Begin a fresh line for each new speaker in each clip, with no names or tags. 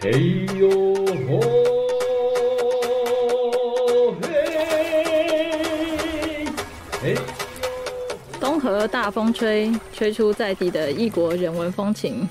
嘿呦吼，嘿，嘿，
东河大风吹，吹出在地的异国人文风情，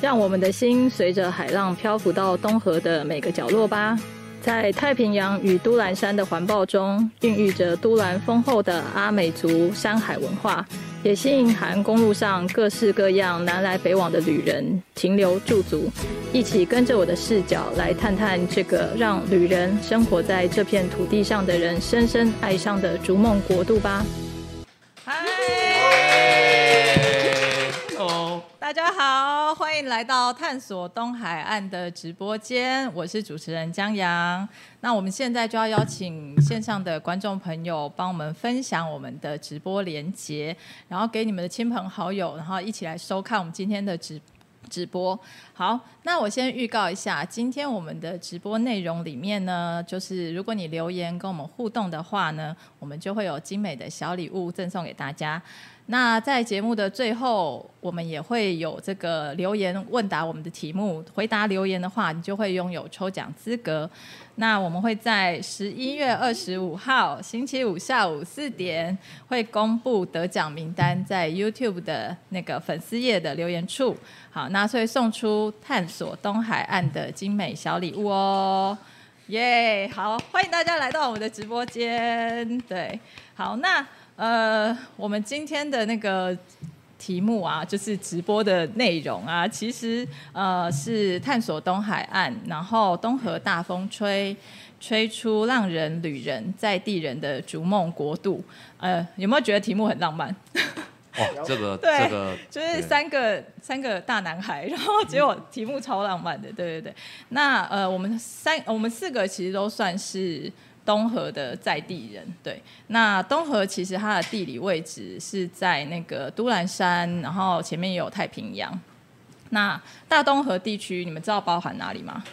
让我们的心随着海浪漂浮到东河的每个角落吧。在太平洋与都兰山的环抱中，孕育着都兰丰厚的阿美族山海文化，也吸引韩公路上各式各样南来北往的旅人停留驻足，一起跟着我的视角来探探这个让旅人生活在这片土地上的人深深爱上的逐梦国度吧。
嗨，
哦，
大家好，欢迎来到探索东海岸的直播间，我是主持人江阳。那我们现在就要邀请线上的观众朋友帮我们分享我们的直播连接，然后给你们的亲朋好友，然后一起来收看我们今天的直直播。好，那我先预告一下，今天我们的直播内容里面呢，就是如果你留言跟我们互动的话呢，我们就会有精美的小礼物赠送给大家。那在节目的最后，我们也会有这个留言问答我们的题目，回答留言的话，你就会拥有抽奖资格。那我们会在十一月二十五号星期五下午四点会公布得奖名单，在 YouTube 的那个粉丝页的留言处。好，那所以送出探索东海岸的精美小礼物哦。耶好，欢迎大家来到我们的直播间。对，好，那呃，我们今天的那个题目啊，就是直播的内容啊，其实呃是探索东海岸，然后东河大风吹，吹出让人、旅人、在地人的逐梦国度。呃，有没有觉得题目很浪漫？
哦，这 个
对
这个
就是三个三个大男孩， 然后结果题目超浪漫的，对对对。那呃，我们三我们四个其实都算是东河的在地人，对。那东河其实它的地理位置是在那个都兰山，然后前面也有太平洋。那大东河地区，你们知道包含哪里吗？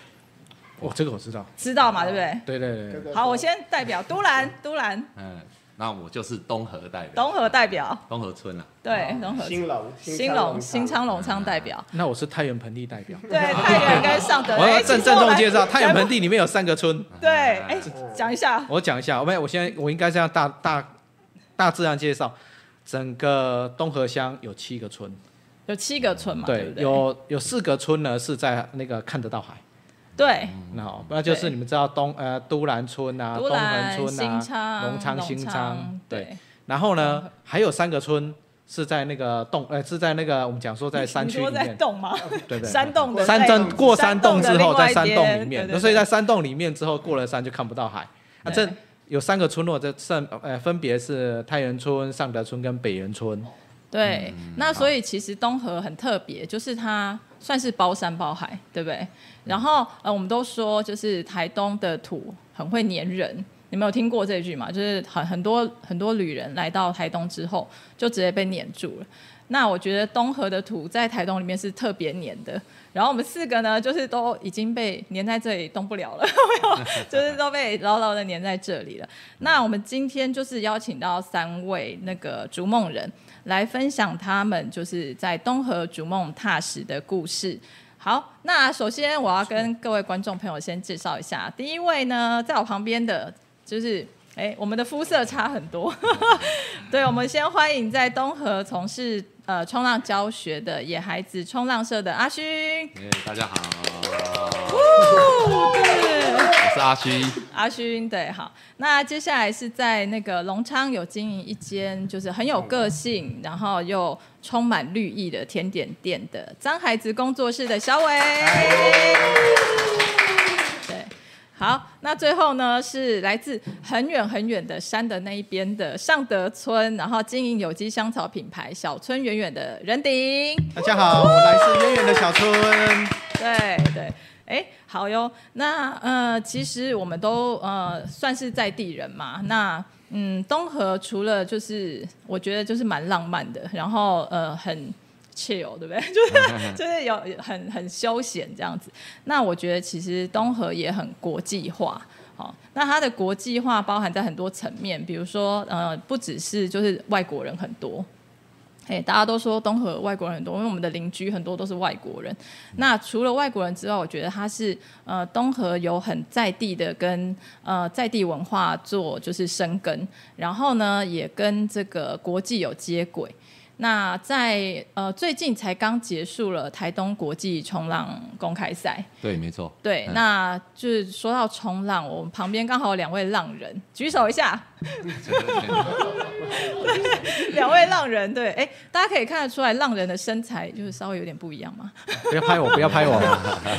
哦，这个我知道，
知道嘛，对不对？
对对对，
好，我先代表都兰，都兰
嗯，那我就是东河代表，
东河代表，
东河村啊，
对，东河
兴隆，
哦新隆新昌隆昌代表。
那我是太原盆地代表。
对，太原跟上德，
我要 郑
哎其实
郑
我
重
来
介绍，太原
来
盆地里面有三个村，
对，哎，讲一下，
我讲一下，没有，我现在我应该这样大大大致上介绍，整个东河乡有七个村，
有七个村嘛，对
对
不，对？
有有四个村呢是在那个看得到海，
对，
那好，那就是你们知道东呃都兰村啊、
嗯都
东
兰、
横村
新
啊、
昌、
隆昌、新昌
昌，，
对，，然后呢还有三个村是在那个洞呃是在那个我们讲说在山
你
区里
说在
面，
洞吗？
对对。
山洞的
山
洞
洞过山洞之后，在山洞里面，
那
那所以在山洞里面之后过了山就看不到海。啊，
对
这有三个村落，这上呃分别是太原村、上德村跟北原村。
对，那所以其实东河很特别，就是它算是包山包海，对不对？然后呃，我们都说就是台东的土很会黏人，你们有听过这句吗？就是很很多很多旅人来到台东之后，就直接被黏住了。那我觉得东河的土在台东里面是特别黏的，然后我们四个呢，就是都已经被黏在这里动不了了， 没有，就是都被牢牢的黏在这里了。那我们今天就是邀请到三位那个逐梦人来分享他们就是在东河逐梦踏实的故事。好，那首先我要跟各位观众朋友先介绍一下，第一位呢，在我旁边的就是。哎，我们的肤色差很多， 对，我们先欢迎在东河从事呃冲浪教学的野孩子冲浪社的阿勋，
哎，大 家好，
对
我是阿虚，
阿勋，对，好。那接下来是在那个隆昌有经营一间就是很有个性，然后又充满绿意的甜点店的张孩子工作室的小伟。对，好。那最后呢是来自很远很远的山的那一边的上德村，然后经营有机香草品牌小村远远的人鼎。
大家好，我来自渊源的小村。
对对，哎，好哟。那呃，其实我们都呃算是在地人嘛。那嗯，东河除了就是我觉得就是蛮浪漫的，然后呃很 chill，对不对？就是就是有很很休闲这样子。那我觉得其实东河也很国际化。好，那它的国际化包含在很多层面，比如说，呃，不只是就是外国人很多，哎，大家都说东河外国人很多，因为我们的邻居很多都是外国人。那除了外国人之外，我觉得它是呃东河有很在地的跟呃在地文化做就是生根，然后呢也跟这个国际有接轨。那在呃最近才刚结束了台东国际冲浪公开赛，
对，没错。
对，
嗯
那就是说到冲浪，我们旁边刚好有两位浪人，举手一下， 两位浪人，对，哎，大家可以看得出来，浪人的身材就是稍微有点不一样嘛，
不要拍我，不要拍我。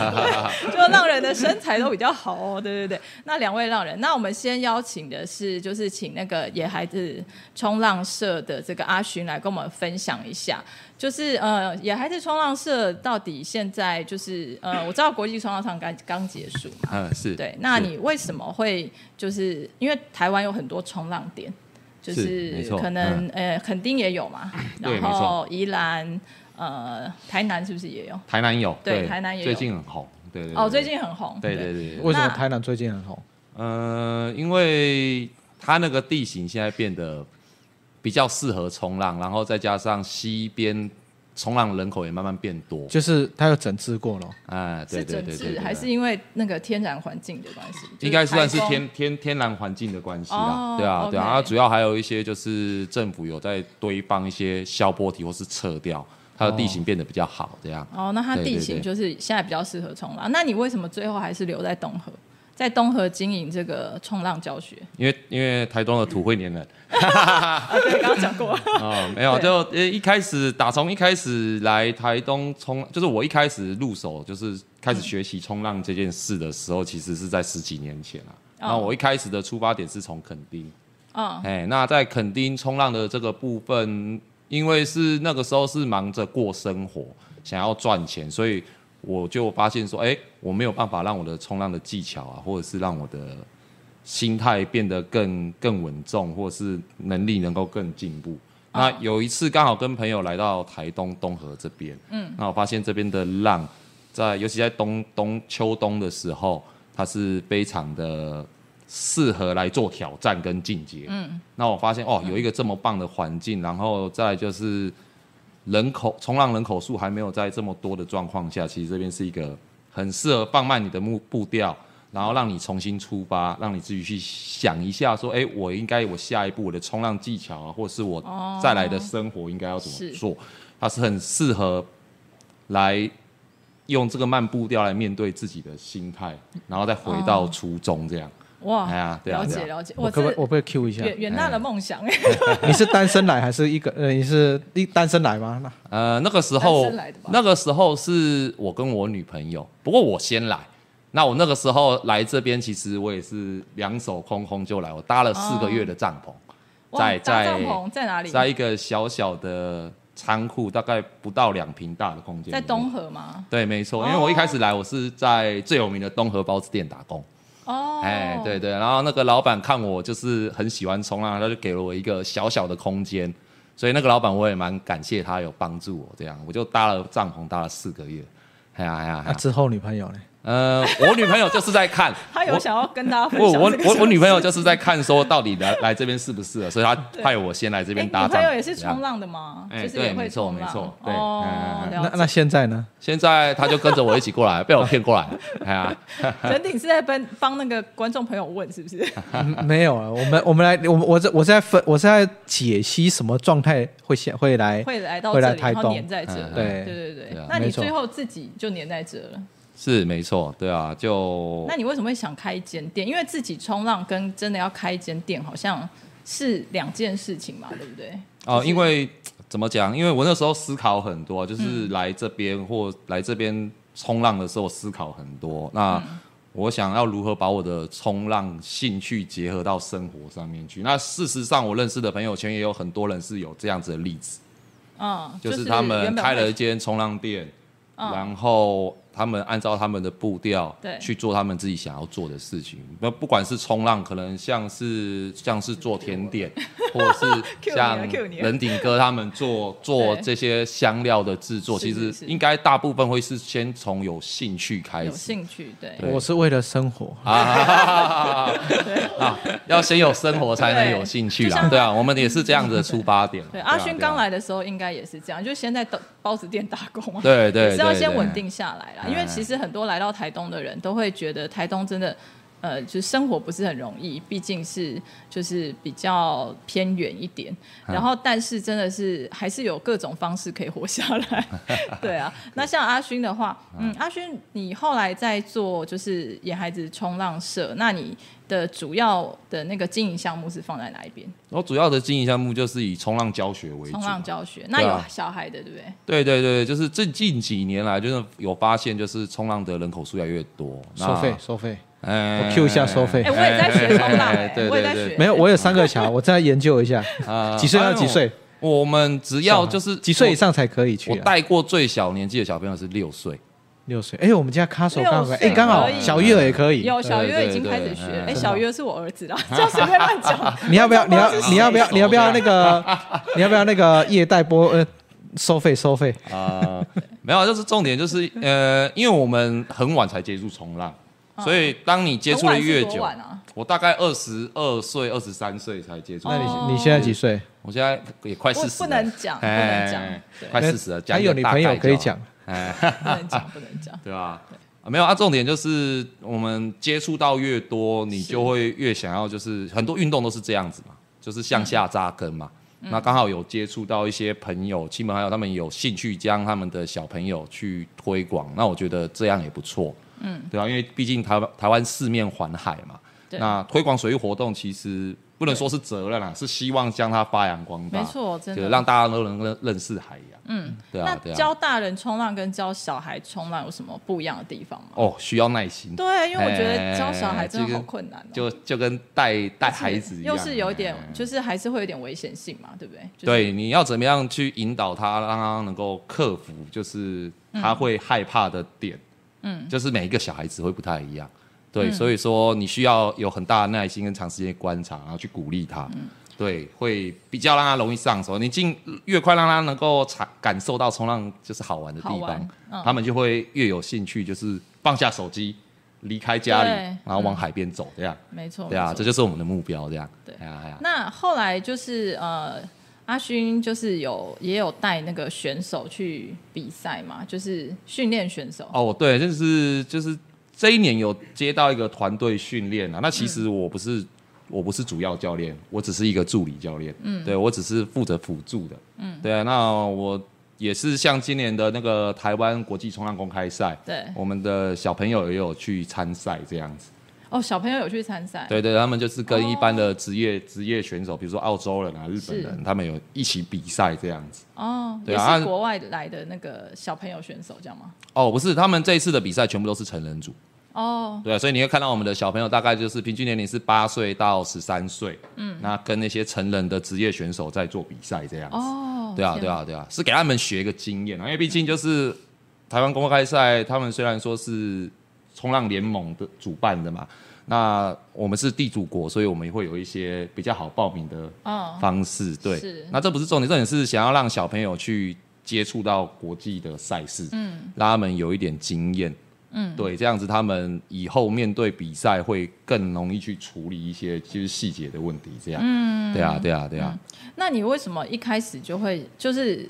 就浪人的身材都比较好哦， 对对对。那两位浪人，那我们先邀请的是，就是请那个野孩子冲浪社的这个阿勋来跟我们分享一下，就是呃，野孩子冲浪社到底现在就是呃，我知道国际冲浪场刚刚结束嘛，
嗯，是。
对，那
是
你为什么会就是因为台湾有很多冲浪点，就是
没
是
错嗯
可能、呃垦丁也有嘛，
对
然
没
后
错
宜兰呃台南是不是也有？
台南有，
对台南也有
最近很红，对对。
哦，
对
最近很红。
对对对对，
为什么台南最近很红？
呃，因为它那个地形现在变得比较适合冲浪，然后再加上西边冲浪人口也慢慢变多，
就是它有整治过了，
啊，对
是
对
整
对对
治
对，
还是因为那个天然环境的关系？就
应该
台
算是
风
天天天然环境的关系
哦
啦，对啊对啊，
OK
啊主要还有一些就是政府有在堆帮一些消波堤或是撤掉，它的地形变得比较好，这样。
哦，那它
对对
地
对
形就是现在比较适合冲浪。那你为什么最后还是留在东河，在东河经营这个冲浪教学？
因为因为台东的土会黏人，
啊，对，刚刚讲过。
哦，没有，
对
就呃一开始打从一开始来台东冲，就是我一开始入手就是开始学习冲浪这件事的时候，其实是在十几年前啊。
哦
那我一开始的出发点是从垦丁，
嗯，
哎、那在垦丁冲浪的这个部分，因为是那个时候是忙着过生活，想要赚钱，所以我就发现说，哎、我没有办法让我的冲浪的技巧啊，或者是让我的心态变得更更稳重，或者是能力能够更进步。那有一次刚好跟朋友来到台东东河这边，嗯，那我发现这边的浪在，尤其在冬冬秋冬的时候，它是非常的适合来做挑战跟进阶。嗯，那我发现哦，有一个这么棒的环境，然后再来就是人口冲浪人口数还没有在这么多的状况下，其实这边是一个很适合放慢你的步步调，然后让你重新出发，让你自己去想一下说，哎，我应该我下一步我的冲浪技巧啊，或是我再来的生活应该要怎
是
么做，它是很适合来用这个慢步调来面对自己的心态，然后再回到初衷这样。
哇，
哎呀对啊
了
对啊
解了解，
我
我
可不可以
是
我可以 Q 一下？
远远大的梦 想哎。
你是单身来还是一个？呃，你是一单身来吗？那
呃，那个时候
单身来的吧，
那个时候是我跟我女朋友，不过我先来。那我那个时候来这边，其实我也是两手空空就来，我搭了四个月的帐篷，
哦哇
在
搭帐
在
篷在哪里？
在一个小小的仓库，大概不到两平大的空间，
在东。河吗？
对，没错，因为我一开始来，我是在最有名的东河包子店打工。
哦，，
哎，对，对，然后那个老板看我就是很喜欢冲浪，他就给了我一个小小的空间，所以那个老板我也蛮感谢他有帮助我，这样我就搭了帐篷搭了四个月。哎呀哎呀，哎
那
呀
之后女朋友呢？
呃，我女朋友就是在看
他有想要跟大家分
我
享
我
这个
我我女朋友
小事
就是在看说到底来来这边适不适合，所以她派我先来这边
哎
搭
女
帐
朋
篷。
友也是
这样
冲浪的吗？
哎
就是
对
也会
没错
冲浪
没错对
哦
嗯嗯，嗯
那
了
那
解。
现在呢？
现在她就跟着我一起过来，被我骗过来。哎呀，
整顶是在帮帮那个观众朋友问是不是？
嗯 没有啊，我们我们来，我们我在我在分，我是在解析什么状态会先会来。
会来到
会
这
来
里，
台
然后
东
黏在这
嗯，
对
对对
对啊
那你
没错
最后自己就黏在这了。
是没错，对啊，就
那你为什么会想开一间店？因为自己冲浪跟真的要开一间店好像是两件事情嘛，对不对？
哦，因为怎么讲？因为我那时候思考很多，就是来这边或来这边冲浪的时候思考很多。那我想要如何把我的冲浪兴趣结合到生活上面去？那事实上，我认识的朋友圈也有很多人是有这样子的例子，
嗯，
就是是他
原
们
本
开了一
会
间冲浪店，
嗯
然后他们按照他们的步调
对
去做他们自己想要做的事情。那不管是冲浪，可能像是像是做 甜点，或者
Cue
是
你啊
像
cue 你啊
人顶哥他们做做
对
这些香料的制作，
是
其
是
实
是
应该大部分会是先从有兴趣开
有
始。
兴趣，对
啊
对
我是为了生活，
啊，啊，要先有生活才能有兴趣
对就
啦，
像
对啊，我们也是这样子的出发点。
对。
啊
阿勋刚，
对啊
来的时候应该也是这样，就先在包包子店打工嘛，
对对
也是要
对
先
对哎
稳定下来啦。因为其实很多来到台东的人都会觉得台东真的。呃，就是生活不是很容易，毕竟是就是比较偏远一点，
嗯
然后但是真的是还是有各种方式可以活下 来，对啊。那像阿勋的话，嗯，阿勋，你后来在做就是野孩子冲浪社，那你的主要的那个经营项目是放在哪一边？
我主要的经营项目就是以冲浪教学为主。
冲浪教学，那
对
有
啊
小孩的对不对？
对对对，就是近近几年来，就是有发现，就是冲浪的人口数越来越多。那
收费，收费。
哎
我 cue 一下收费
哎，我也在学冲浪，
哎
哎
对
我也
对
在
对
学，
没有，我有三个小孩，我正在研究一下，
啊
几岁
哎
到
呦
几岁？啊
我们只要就是
几岁以，上才可以去
我
啊？
带过最小年纪的小朋友是六岁，
六岁。哎，我们家卡手刚好，
六岁
哎，刚好
可以
小月儿也可以。
有小
对
约
对
已经开始
对嗯
学
对，
哎，小约是我儿子 啦，这样随便乱讲。
你要不要？你要
我都不知道是谁
你要不要？你要不要那个？你要不要那个业代播？呃，收费收费。
啊，没有，就是重点就是呃，因为我们很晚才接触冲浪，所以当你接触的越
哦很
久
晚是多晚啊，
我大概二十二岁、二十三岁才接触。
那
哦
你你现在几岁？
我现在也快
不
四十，
不能讲不能
哎
讲对
快四十了，讲
还
一个
有女
大
朋友
概
可以
就好
讲。
不能讲，不能 讲。
对啊，啊没有啊，重点就是我们接触到越多，你就会越想要，就是很多运动都是这样子嘛，就是
嗯
向下扎根嘛。那刚好有接触到一些朋友、亲朋好友，他们有兴趣将他们的小朋友去推广，那我觉得这样也不错，嗯，对啊，因为毕竟台湾台湾四面环海嘛，
对
那推广水域活动其实不能说是责任啊啦，是希望将它发扬光大，
没错真的
对让大家都能认认识海洋，嗯，对
那
啊，对啊，
教大人冲浪跟教小孩冲浪有什么不一样的地方吗？
哦，需要耐心，
对，因为我觉得教小孩
哎
真的
这个
好困难哦，
就就跟带带
而且
孩子一样，
又是有点
哎，
就是还是会有点危险性嘛，对不对？就是
对，你要怎么样去引导他，让他能够克服，就是他会害怕的点，嗯，就是每一个小孩子会不太一样，对，
嗯
所以说你需要有很大的耐心跟长时间观察，然后去鼓励他，
嗯
对，会比较让他容易上手。你尽越快让他能够尝感受到冲浪就是好玩的地
好
方
玩，嗯
他们就会越有兴趣，就是放下手机。离开家里
对，
然后往
嗯
海边走，这样，
没错，
对啊，
哦没错
这就是我们的目标，这样。
对
哎呀哎呀，
那后来就是呃，阿勋就是有也有带那个选手去比赛嘛，就是训练选手。
哦，对，就是就是这一年有接到一个团队训练啊。
嗯
那其实我不是、我不是主要教练，我只是一个助理教练。嗯，对我只是负责辅助的。嗯，对啊。那我也是像今年的那个台湾国际冲浪公开赛，
对
我们的小朋友也有去参赛这样子。
哦，小朋友有去参赛，
对对，他们就是跟一般的职业职、业选手，比如说澳洲人啊、日本
哦是
人，他们有一起比赛这样子。
哦，
对
也
啊
是国外来的那个小朋友选手，这样吗？
哦，不是，他们这一次的比赛全部都是成人组。
哦，
对啊，所以你会看到我们的小朋友大概就是平均年龄是八岁到十三岁，嗯，那跟那些成人的职业选手在做比赛这样子。
哦，
对啊，
天
对啊，对啊，是给他们学一个经验啊，因为毕竟就是台湾公开赛，他们虽然说是冲浪联盟的主办的嘛，那我们是地主国，所以我们会有一些比较好报名的
哦
方式。
是
对，那这不是重点，重点是想要让小朋友去接触到国际的赛事，嗯，让他们有一点经验。嗯，对，这样子他们以后面对比赛会更容易去处理一些就是细节的问题，这样。嗯，对啊，对啊，对啊。
那你为什么一开始就会就是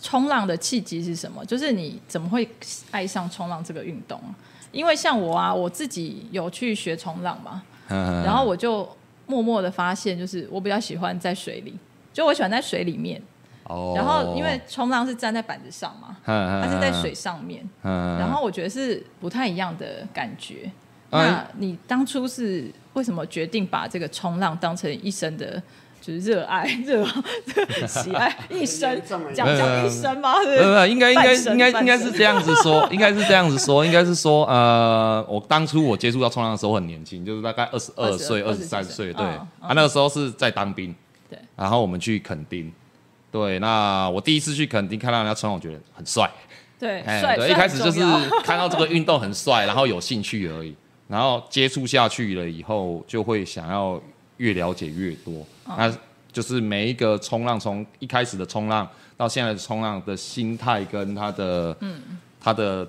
冲浪的契机是什么？就是你怎么会爱上冲浪这个运动啊？因为像我啊，我自己有去学冲浪嘛，
嗯
然后我就默默的发现，就是我比较喜欢在水里，就我喜欢在水里面。
哦
然后因为冲浪是站在板子上嘛，它
它
是在水，上面，
嗯
然后我觉得是不太一样的感觉。
哎
那你当初是为什么决定把这个冲浪当成一生的？就是热爱、 热喜爱一生，讲讲一生吗？
嗯没有没有，应该应该
半身
应该
半身
应该是这样子 说，应该是这样子说，应该是说，呃，我当初我接触到冲浪的时候很年轻，就是大概二十二岁、
22
二十三岁，
嗯
对，啊
嗯，
那个时候是在当兵，
对，
然后我们去垦丁，对，那我第一次去垦丁看到人家冲浪，我觉得很帅，
对，
哎
帅，
对，
帅
一开始
很
就是
重要
看到这个运动很帅，然后有兴趣而已，然后接触下去了以后，就会想要越了解越多。
哦
那就是每一个冲浪，从一开始的冲浪到现在的冲浪的心态跟他的，嗯，他的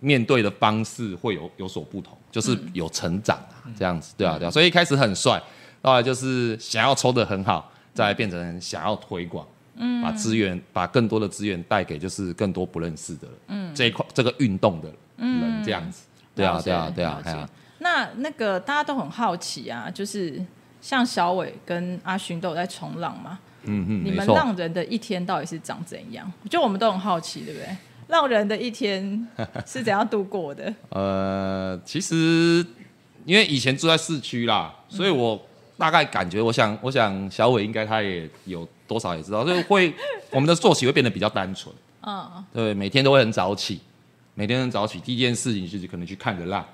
面对的方式会有有所不同，就是
嗯
有成长啊，这样子，对啊，对啊。所以一开始很帅，后来就是想要抽的很好，再来变成想要推广。
嗯
把资源，把更多的资源带给就是更多不认识的人，嗯，这一块这个运动的人这样子，对
嗯
啊
了，解
对啊，对啊
了，解
对啊，
那那个大家都很好奇啊，就是像小伟跟阿勋都有在冲浪嘛，
嗯嗯，
你
没
们
错，
浪人的一天到底是长怎样？我觉得我们都很好奇，对不对？浪人的一天是怎样度过的？
呃，其实因为以前住在市区啦，
嗯
所以我大概感觉，我想，我想小伟应该他也有多少也知道，所以会 我们的作息会变得比较单纯，
嗯，
对，每天都会很早起，每天很早起，第一件事情就是可能去看个浪。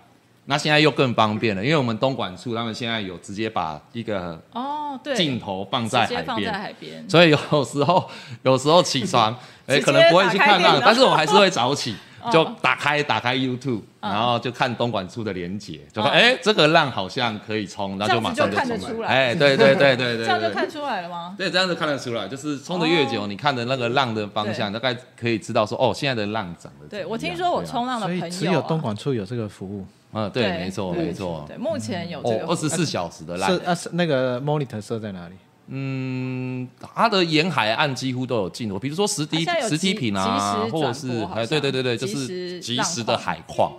那现在又更方便了，因为我们东莞处他们现在有直接把一个
哦， 对，
镜头放在
直接
海
放在
边，
海边，
所以有时候有时候起床，哎、
直接
可能不会去
打
看
开电脑，
浪但是我还是会 早起，
哦
就打开打开 YouTube，、然
嗯
后就看东莞出的连结，就说哎、这个浪好像可以冲，那
这样子
马上
就
就
看得
冲
出
了
来
哎、对对对对对
这样
对
就看出哦来了吗？
对，这样子看得出来，就是冲的越久，你看的那个浪的方向，大概可以知道说，哦，现在的浪涨了。
对，我听说我，冲浪的
所
朋友、
以
啊，
只有东莞处有这个服务，
嗯，对，没错，
对
没错，
对，目前有这
哦
个，
二十四小时的浪
是，啊，是那个 monitor 设在哪里？
嗯，它的沿海岸几乎都有镜头，比如说实体
它现在有
实体
即
品啊
即时转，
或
播
者是
好像
哎，对对对对，就
即
是
时
即
浪
时的
况
海况，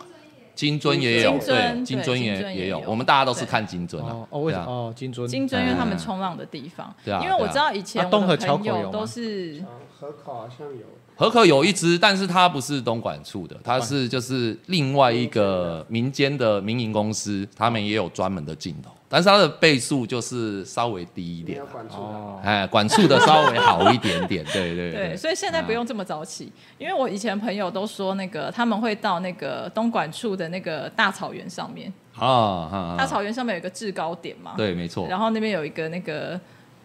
金樽也
金樽
有，对，
对
金
金
也
樽也
也有，
有
我们大家都是
对
看金樽啊
哦，哦，为什么？
对啊
哦，金樽，
金樽，因为他们冲浪的地方。
对啊
因为我知道以前
啊
我
东
的
河桥口
朋
有吗
友都是
啊，河口好像有，
河口有一只，但是它不是东莞处的，它是就是另外一个民间的民营公司，他们也有专门的镜头，但是它的倍数就是稍微低一
没
点
有
啊，
管住的。
哦，
哎，管处的稍微好一点点，对对啊
对，所以现在不用这么早起，因为我以前朋友都说那个他们会到那个东莞处的那个大草原上面，
啊啊啊
大草原上面有一个制高点嘛，，
对，没错。
然后那边有一个那个。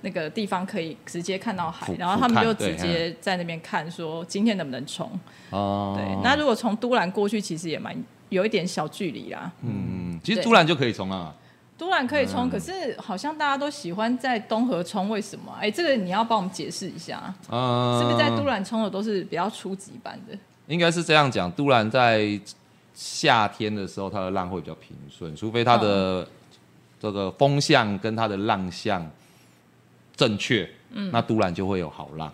那个地方可以直接看到海
俯，
然后他们
俯瞰
就
对
直接在那边看，说今天能不能冲？
哦，
对，那如果从都兰过去，其实也蛮有一点小距离啦。
嗯，其实
对
突然就可以冲浪啊，
都兰可以冲，
嗯
可是好像大家都喜欢在东河冲，为什么啊？哎、这个你要帮我们解释一下啊，
嗯，
是不是在都兰冲的都是比较初级版的？
应该是这样讲，都兰在夏天的时候，它的浪会比较平顺，除非它
哦
的这个风向跟它的浪向正确，嗯，那都兰就会有好浪。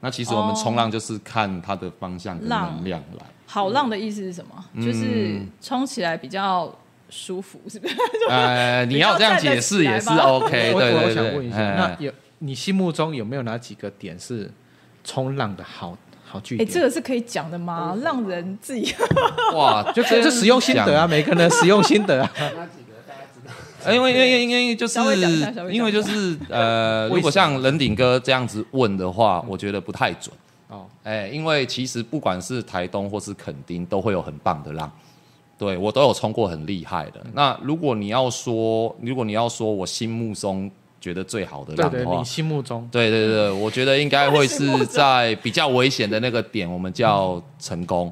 那其实我们
哦
冲浪就是看它的方向跟
浪
能量来。
好浪的意思是什么？
嗯
就是冲起来比较舒服，是不是？
呃，你要这样解释也是
比较站得起来吧
OK，对
我
对对。
我想问一下，
哎
那有你心目中有没有哪几个点是冲浪的好好据
哎、
点？
这个是可以讲的吗？让人自 己
哇，
就这就使用心得啊，每个人的使用心得啊。
那几个大家知道，
呃因为因为因为就是
稍微讲一下稍微讲一下
因为就是 呃，如果像人顶哥这样子问的话，我觉得不太准。
嗯哦，
哎、因为其实不管是台东或是垦丁，都会有很棒的浪，对我都有冲过很厉害的。
嗯
那如果你要说，如果你要说我心目中觉得最好的
对
浪
对，
的话
你，心目中
对对对，我觉得应该会是在比较危险的那个点，我们叫成功。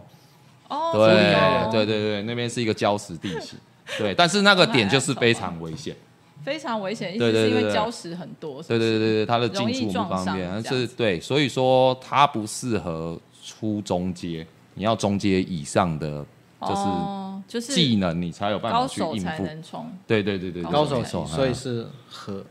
哦，
对
哦
对对对，那边是一个礁石地 形，对，但是那个点就是非常危险。
非常危险，意
对
思
对
是
对
因为
对
礁石很多，是不
对
是
对对对，它的
容
进
易
出不
撞
方
伤
便，但
这样
是
子
对，所以说它不适合出中阶，你要中阶以上的就是
哦，就是
技能，你才有办法
高
去
手
应
才
付。
能冲，
对对对对，对
高
没
手
错
级，所以
嗯
是和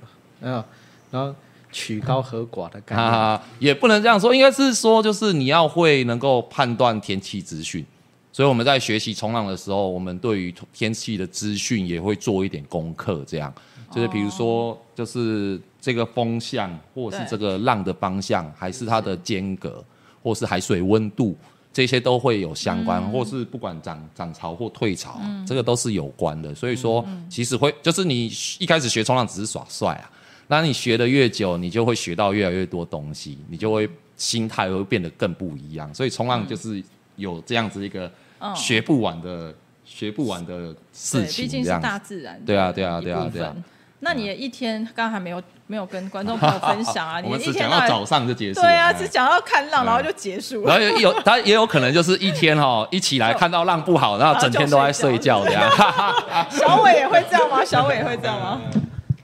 啊，然后曲高和寡的概念。
啊，也不能这样说，应该是说就是你要会能够判断天气资讯。所以我们在学习冲浪的时候，我们对于天气的资讯也会做一点功课，这样就是比如说就是这个风向，或者是
对
这个浪的方向，还是它的间隔，或是海水温度。这些都会有相关，
嗯
或是不管涨涨潮或退潮啊、这个都是有关的。所以说，
嗯
其实会就是你一开始学冲浪只是耍帅啊，那你学的越久，你就会学到越来越多东西，你就会心态会变得更不一样。所以冲浪就是有这样子一个
嗯
学不完的、学不完的事
对，
情，
毕竟
这
是
样
大
子。
自然的
对啊对啊对啊
一部分
对啊
那你也一天刚刚还没有没有跟观众朋友分享 啊，
我
你
们
一
只
天
讲
到
到
底
早上就结束了。
对啊，
哎
只讲到看浪，
嗯
然后就结束
然
了。
后也有他也有可能就是一天哦，一起来看到浪不好，然后整天都在睡觉这样。
小伟也会这 样吗？小伟也会这样吗？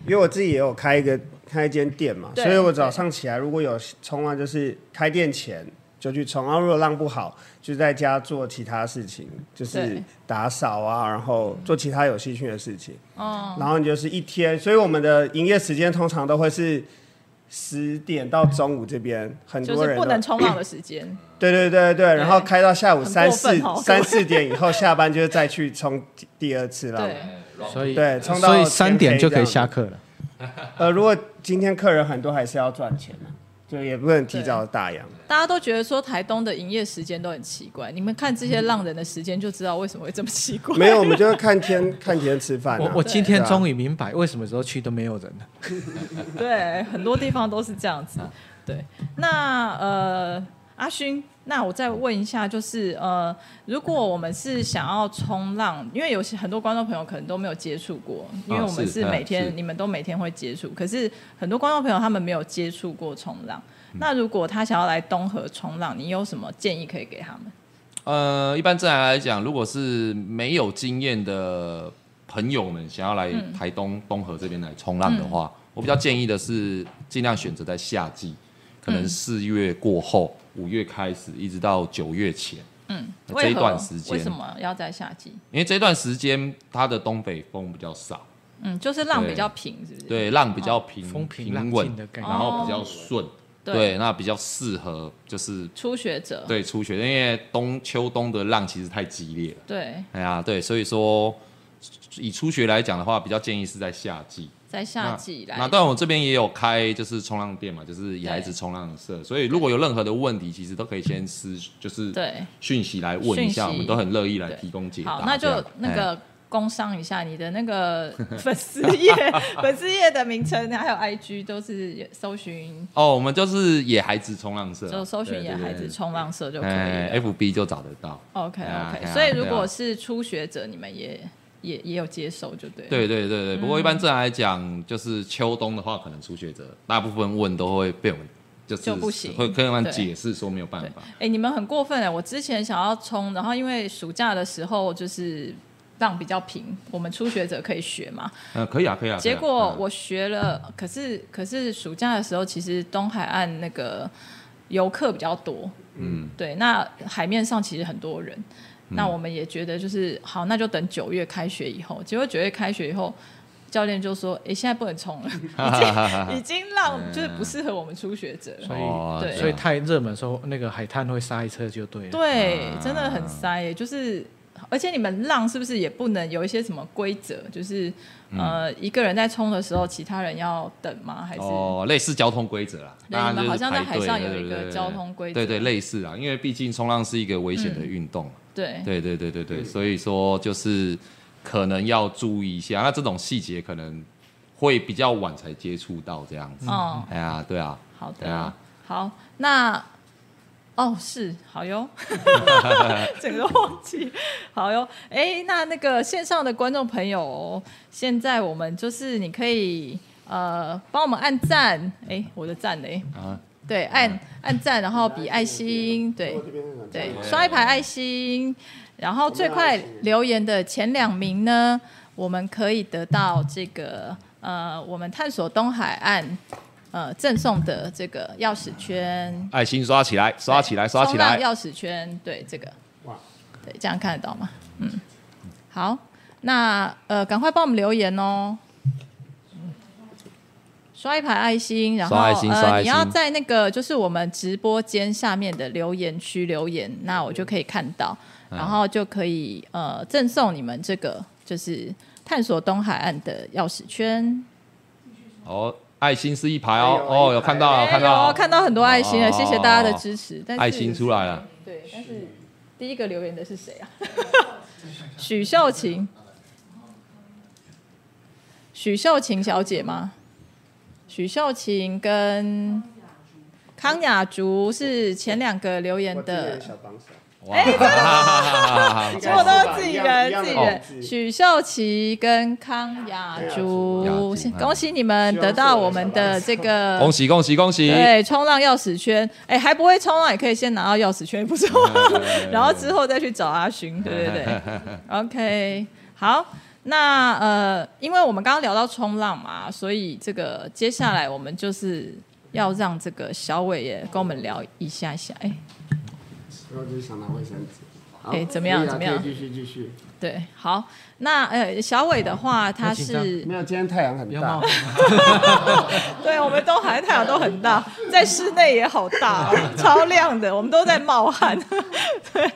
因为我自己也有开一个开一间店嘛，
对
所以我早上起来如果有冲浪，就是开店前就去冲，然后如果浪不好，就在家做其他事情，就是
对
打扫啊，然后做其他有兴趣的事情。
哦，
然后你就是一天，所以我们的营业时间通常都会是十点到中午这边，很
就
多
是
人
不
都
能冲浪的时间。
对对对对，然后开到下午
很
三
过分
四
哦
三四点以后下班，就是再去冲第第二次浪。
对，
所以
对冲到
所以三点就可以
天黑这
下
样
课了。
呃，如果今天客人很多，还是要赚钱啊，就也不能提早打烊。
大家都觉得说台东的营业时间都很奇怪，你们看这些浪人的时间就知道为什么会这么奇怪。
没有，我们就是看天看天吃饭、
我
啊。
我今天
对啊
终于明白为什么时候去都没有人了。
对，很多地方都是这样子。对，那呃，阿勋，那我再问一下，就是呃，如果我们是想要冲浪，因为有些很多观众朋友可能都没有接触过，因为我们
是
是每
嗯
天、
是
你们都每天会接触，可是很多观众朋友他们没有接触过冲浪。那如果他想要来东河冲浪，你有什么建议可以给他们？
呃，一般正常来讲，如果是没有经验的朋友们想要来
嗯
台东、东河这边来冲浪的话，我比较建议的是尽量选择在夏季，可
嗯
能四月过后，五月开始一直到九月前，
嗯，
那啊这
为
一
何
段时间
为什么要在夏季？
因为这段时间它的东北风比较少，
嗯，就是浪比
对
较平，是不是？
对，浪比较平、
哦风嗯平浪
平
静
稳，
的概
然
念，
后比较顺，
哦对
对，那比较适合就是
初学者，
对初学，因为冬秋冬的浪其实太激烈了。
对，
哎呀，对，所以说以初学来讲的话，比较建议是在夏季。
在夏季来
那当然，我这边也有开就是冲浪店嘛，就是野孩子冲浪社，所以如果有任何的问题，其实都可以先私就是
对，
讯息来问一下，
讯息
我们都很乐意来提供解答。
好，那
这样
就那
哎
个工商一下你的那个粉丝页，粉丝页的名称还有 IG 都是搜寻，
哦，我们就是野孩子冲浪社，啊
就搜寻
对
野孩子，冲浪社就
对
可
对
以
哎
了。
，FB 就找得到。
OK
哎呀
OK，
哎呀
所以如
对啊
果是初学者，你们也也也有接受就对。，嗯
对对对对，不过一般正常来讲，就是秋冬的话，可能初学者大部分问都会被我们就是
就不行
会跟他们
对
解释说没有办
对
法。
哎，你们很过分哎！我之前想要冲，然后因为暑假的时候就是浪比较平，我们初学者可以学嘛，
嗯，可以啊，可以啊。可以
结
啊
果
嗯
我学了，可是可是暑假的时候，其实东海岸那个游客比较多，嗯，对，那海面上其实很多人，
嗯
那我们也觉得就是好，那就等九月开学以后。结果九月开学以后，教练就说：“哎，现在不能冲 了，已经已经让就是不适合我们初学者了。”
所
哦
以
对
所以太热门的时候，那个海滩会塞车就对了。
对
啊，
真的很塞耶，就是。而且你们浪是不是也不能有一些什么规则？就是，
嗯
呃，一个人在冲的时候，其他人要等吗？还是
哦，类似交通规则啦，
对
当然
你们
就是
好像在
排
海
队
上
对
有一
对
个
对对
交通规则
对对，类似啦，因为毕竟冲浪是一个危险的
嗯
运动，
对
对对对对对，所以说就是可能要注意一下，那这种细节可能会比较晚才接触到这样子。
哦，
哎呀，对啊，
好的，
对啊
好，那哦是好 哟，整个都忘记好哟。哎，那那个线上的观众朋友哦，现在我们就是你可以呃帮我们按赞，哎，我的赞嘞，
啊
对，按按赞，然后比爱心，对
我这边是很
对，
对
刷一排爱心，然后最快留言的前两名呢，我们可以得到这个呃，我们探索东海岸呃赠送的这个钥匙圈，
爱心刷起来，刷起来，
对
刷起
冲
来。
浪钥匙圈，对这个，
哇
对，这样看得到吗？嗯，好，那呃，赶快帮我们留言哦。刷一排爱心，然后
刷爱心刷
呃，
爱
你
心
要在那个就是我们直播间下面的留言区留言，那我就可以看到，
嗯
然后就可以呃赠送你们这个就是探索东海岸的钥匙圈。
哦，爱心是一排
哎
哦，
呦
哦，
一
有
排
看到了，看到
哎呦
了，
看到很多爱心了，
哦
谢谢大家的支持。但是
爱心出来了。
对，但是第一个留言的是谁啊？ 许秀琴，许秀琴小姐吗？许秀琴跟康雅竹是前两个留言
我这边
的
有小帮手，
哇，
哎
哈
结果都是自己
应该是吧一样一
人，哦自
样的
己
名
人。
字
许秀琪跟康雅
雅
竹
竹，
先
嗯
恭喜你们得到我们的这个
恭喜恭喜恭喜！
对冲浪钥匙圈。哎，还不会冲浪也可以先拿到钥匙圈，不错。 然后之后再去找阿勋，对对对。OK，好，那呃，因为我们刚刚聊到冲浪嘛，所以这个接下来我们就是要让这个小伟也跟我们聊一下下，哎，
然后就是想拿卫生纸。好
哎怎么样
可以啊
怎么样
可以继续继续。
对，好，那呃，小伟的话，他
紧张
是
没有，今天太阳很大。
对我们东海太阳都很大，在室内也好大、 哦，超亮的，我们都在冒汗。 对，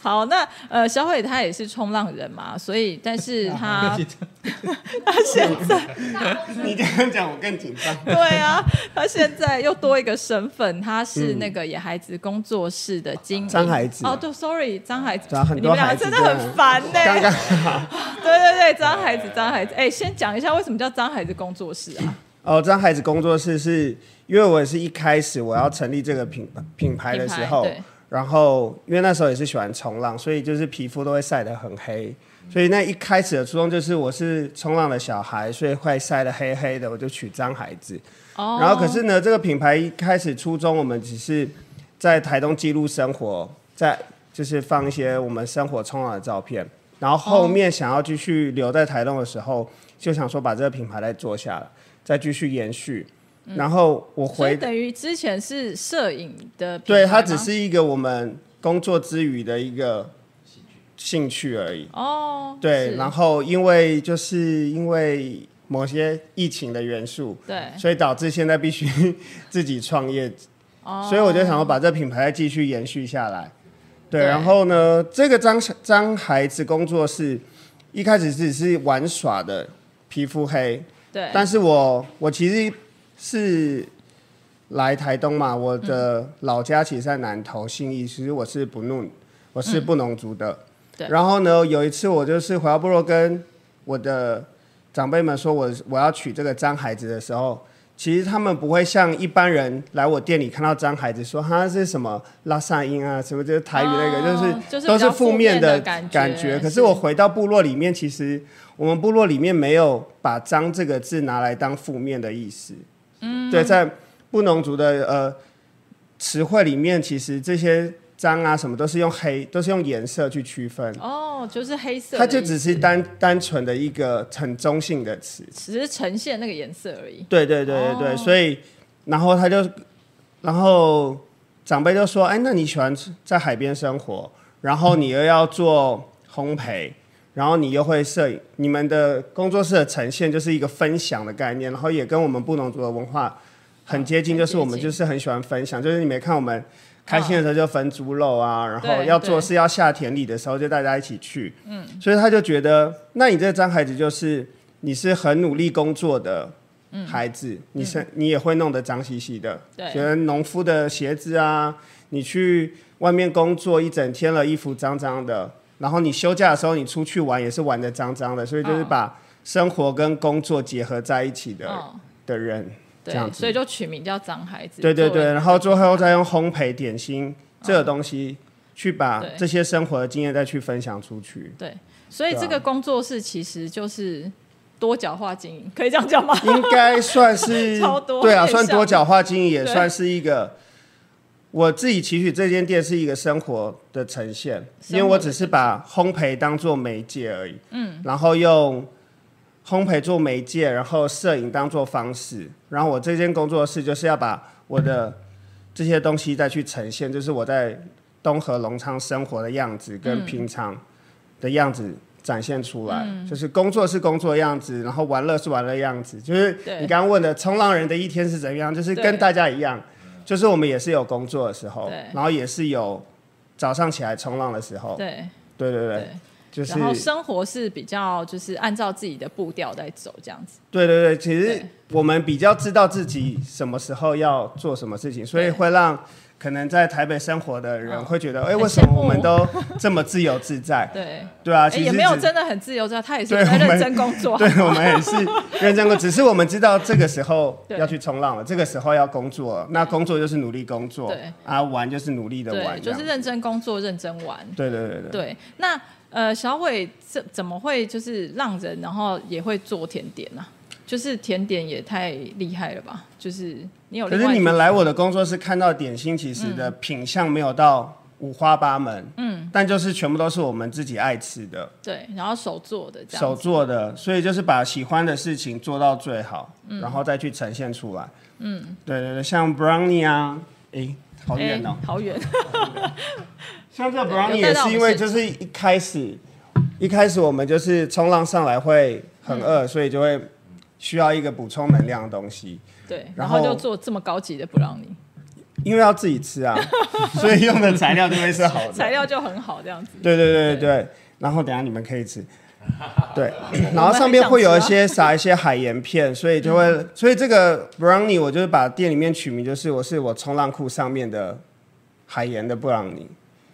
好，那呃，小伟他也是冲浪人嘛，所以但 是
啊
他他现在
你这样讲，我更紧张。
对啊，他现在又多一个身份，他是那个野孩子工作室的经理。
嗯张孩子
哦，对，sorry，张孩子
对啊，很
你
多
们两
孩
个
子
真的很烦呢、
刚刚好。
对对对，张孩子，张孩子，哎、先讲一下为什么叫张孩子工作室 啊？
哦，张孩子工作室是因为我也是一开始我要成立这个品品牌的时候
品牌对，
然后因为那时候也是喜欢冲浪，所以就是皮肤都会晒得很黑。所以那一开始的初衷就是我是冲浪的小孩，所以会晒得黑黑的，我就取张孩子。
哦，
然后可是呢，这个品牌一开始初衷我们只是在台东记录生活，在就是放一些我们生活冲浪的照片。然后后面想要继续留在台东的时候，就想说把这个品牌再做下来，再继续延续。然后我
所以
回，
等于之前是摄影的品牌吗，
对它只是一个我们工作之余的一个兴趣而已。
哦，
对，
是
然后因为就是因为某些疫情的元素，
对，
所以导致现在必须 自己创业
哦，
所以我就想要把这品牌再继续延续下来。对，
对
然后呢，这个张张孩子工作室一开始只是玩耍的皮肤黑，
对，
但是我我其实是来台东嘛，我的老家其实在南投信义，其实我是不弄，我是布农族的。
对
然后呢，有一次我就是回到部落跟我的长辈们说我我要娶这个张孩子的时候，其实他们不会像一般人来我店里看到张孩子说他是什么拉萨音啊，什么就是台语那个，
哦就
就
是是
都是
比较负面
面
的
感
感觉
可是
是
我回到部落里面，其实我们部落里面没有把“张”这个字拿来当负面的意思。嗯，对，在布农族的呃词汇里面，其实这些“张”啊什么都是用黑，都是用颜色去区分。
哦，就是黑色的
它
意思，
就只是单单纯的一个很中性的词，
只是呈现那个颜色而已。
对对对对对，
哦
所以然后他就，然后长辈就说：“哎，那你喜欢在海边生活，然后你又要做烘焙，然后你又会摄影，你们的工作室的呈现就是一个分享的概念，然后也跟我们布农族的文化很接近，
哦很
就是我
接
们
近
就是很喜欢分享，就是你没看我们。”开心的时候就分猪肉啊，然后
对
要做
对
事要下田里的时候就大家一起去，嗯，所以他就觉得，那你这张孩子就是你是很努力工作的，孩子，你是、你也会弄得脏兮兮的，
嗯对
觉得农夫的鞋子啊，你去外面工作一整天了，衣服脏脏的，然后你休假的时候你出去玩也是玩的脏脏的，所以就是
嗯
把生活跟工作结合在一起的、
嗯，
的人，这样
对，
子
所以就取名叫张孩子。
对对
作为嗯
对，然后最后再用烘焙点心、这个东西去把
对
这些生活的经验再去分享出去，
对，所以这个工作室其实就是多角化经营，可以这样讲吗？
应该算 是
超多
对啊，
面向
算多角化经营，也
对
算是一个。我自己期许这间店是一个生活的呈现，因为我只是把烘焙当做媒介而已，嗯，然后用烘焙做媒介，然后摄影当做方式，然后我这间工作室就是要把我的这些东西再去呈现，就是我在东河隆昌生活的样子跟
嗯
平常的样子展现出来，就是工作是工作的样子，然后玩乐是玩乐的样子，就是
对
你刚刚问的冲浪人的一天是怎样，就是跟
对
大家一样，就是我们也是有工作的时候
对，
然后也是有早上起来冲浪的时候，
对
对对对，
对，
哦就是
然后生活是比较就是按照自己的步调在走这样子。
对对对，其实
对
我们比较知道自己什么时候要做什么事情，所以
对
会让可能在台北生活的人
嗯
会觉得，哎、
很
为什么
羡慕？
我们都这么自由自在
对，
对啊，
哎
其实
也没有
只
真的很自由，知道他也是
对
在
我
认
们
真工作。
对我们也是认真过，只是我们知道这个时候
对
要去冲浪了，这个时候要工作了，那工作就是努力工作，
对
啊，玩就是努力的玩
对，
这
就
样，
是认真工作，认真玩。
对对对对对。
对，那呃，小伟这怎么会就是让人，然后也会做甜点呢、就是甜点也太厉害了吧？就是你有
可
另
是
外
你
一嗯
们
个
来我的工作室看到点心，其实的品相没有到五花八门，嗯，但就是全部都是我们自己爱吃的，
对，然后手做的这样
手
子
做的，所以就是把喜欢的事情做到最好，
嗯
然后再去呈现出来。嗯，对对对，像 brownie 啊，诶，好远哦、
哎好远，
像这个
对
brownie
有带
也
到我们
是因为
现
就是一开始，一开始我们就是冲浪上来会很饿，
嗯
所以就会需要一个补充能量的东西，
对，然
然
后
后
就做这么高级的不让你，
因为要自己吃 啊，所以用的材料就会是好的。
材料就很好这样子。
对对对对对，然后等一下你们可以吃。对， 然后上面会有一些
啊
撒一些海盐片，所以就
嗯
会，所以这个 brownie 我就是把店里面取名就是我是我冲浪裤上面的海盐的 brownie，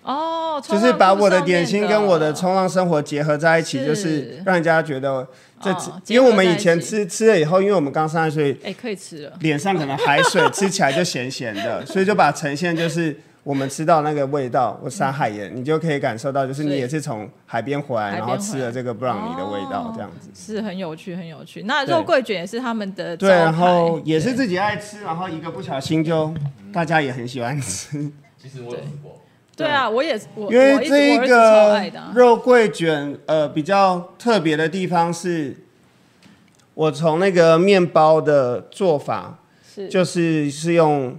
哦，
就
冲
是
浪
把
裤
我的
上
点
面
心跟我的冲浪生活结合在一起，就是让人家觉得这
哦
只，
结
因为我
合
们
在
以
一
前
起
吃吃了以后，因为我们刚上来，所以
哎、可以吃了，
脸上可能海水，吃起来就咸咸 的，所以就把呈现就是我们吃到那个味道，我撒海盐，你就可以感受到，就是
所
你
以
也是从海边回来，
海
然
边
后吃了这个
哦
brownie 的味道，这样子。
是很有趣，很有趣。那
对
肉桂卷也是他们的
对，
招
然后
牌
也是自己爱吃，然后一个不小心就大家也很喜欢吃，
其实我有吃过，
对啊，我也我
因
我一
为
直
这
我儿子超
个
爱的啊、
肉桂卷，呃，比较特别的地方是，我从那个面包的做法
是
就是是用，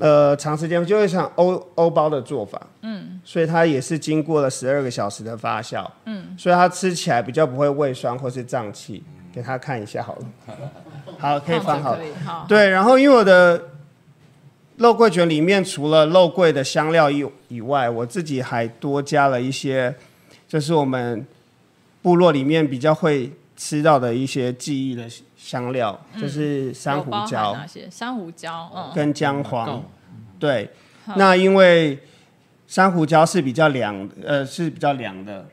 呃，长时间就会像欧欧包的做法，嗯，所以它也是经过了十二个小时的发酵，嗯，所以它吃起来比较不会胃酸或是胀气。给它看一下好了，好，可以放好
可。以好，
对，然后因为我的肉桂卷里面除了肉桂的香料以以外，我自己还多加了一些，就是我们部落里面比较会吃到的一些记忆的香料，就是珊
嗯有
瑚
包含
礁
哪些？珊瑚礁，嗯，
跟姜黄。对，那因为珊瑚礁是比较凉，呃，是比较凉的，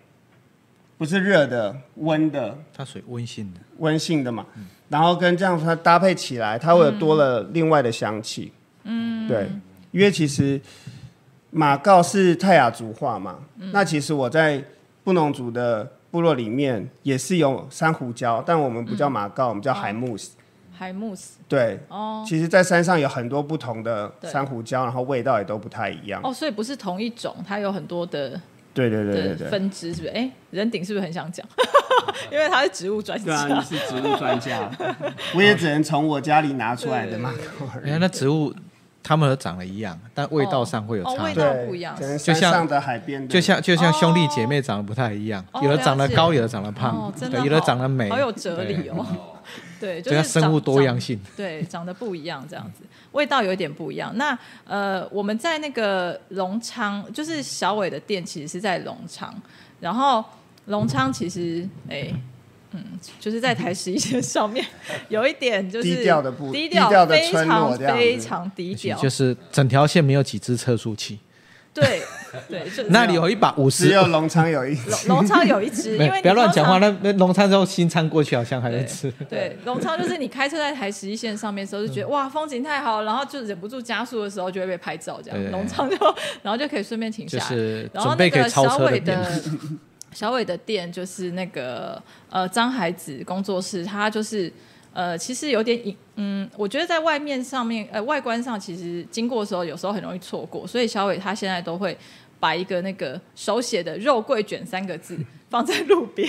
不是热的，温的，
它属于温性的，
温性的嘛，然后跟这样它搭配起来，它会有多了另外的香气。嗯，对，因为其实马告是泰雅族话嘛，那其实我在布农族的部落里面也是有珊瑚礁，但我们不叫马告，我们叫海木斯。
海慕斯，
对，
哦
其实，在山上有很多不同的
对
珊瑚礁，然后味道也都不太一样。
哦，所以不是同一种，它有很多的
对对对对
的
对。
分支，是不是？哎，人顶是不是很想讲？ 因为他是植物专
啊对啊，
家，
你是植物专家，我也只能从我家里拿出来的马告而已。
哎你看那植物，它们都长得一样，但味道上会有
哦
差
味
别。
道不一样
可能
就
山
像
上的海边的，
就像就像兄弟姐妹长得不太一样，
哦
有的长得高，
了解
有的长得胖
哦，，真的
嗯对，
好，
有的长得美，
好有哲理
对。
哦。 对，就
对
是
它生物
长
多样性，
长对，长得不一样，这样子，味道有点不一样。那呃，我们在那个隆昌，就是小伟的店，其实是在隆昌，然后隆昌其实哎。嗯，就是在台十一线上面，有一点就是
低调的部
低
低调的
非
村落
常
这样子
非常低调，
就是整条线没有几只测速器，
对对，就是 啊
那里有一把五
只
十，
有农场有一只。
隆隆昌有一只，
没
因
有
为你
不要乱讲话。
通
那那农场之后新仓过去好像还能 吃，
常对，隆昌就是你开车在台十一线上面的时候，就
嗯
觉得哇风景太好了，然后就忍不住加速的时候就会被拍照，这
对对
样隆昌就然后就可以顺便停下
就
来。
是
然
准
后那
备可以
个
超
小
车
伟
店。
的 小伟的店就是那个呃张海子工作室，他就是呃其实有点隐嗯，我觉得在外面上面呃外观上其实经过的时候有时候很容易错过，所以小伟他现在都会把一个那个手写的肉桂卷三个字放在路边，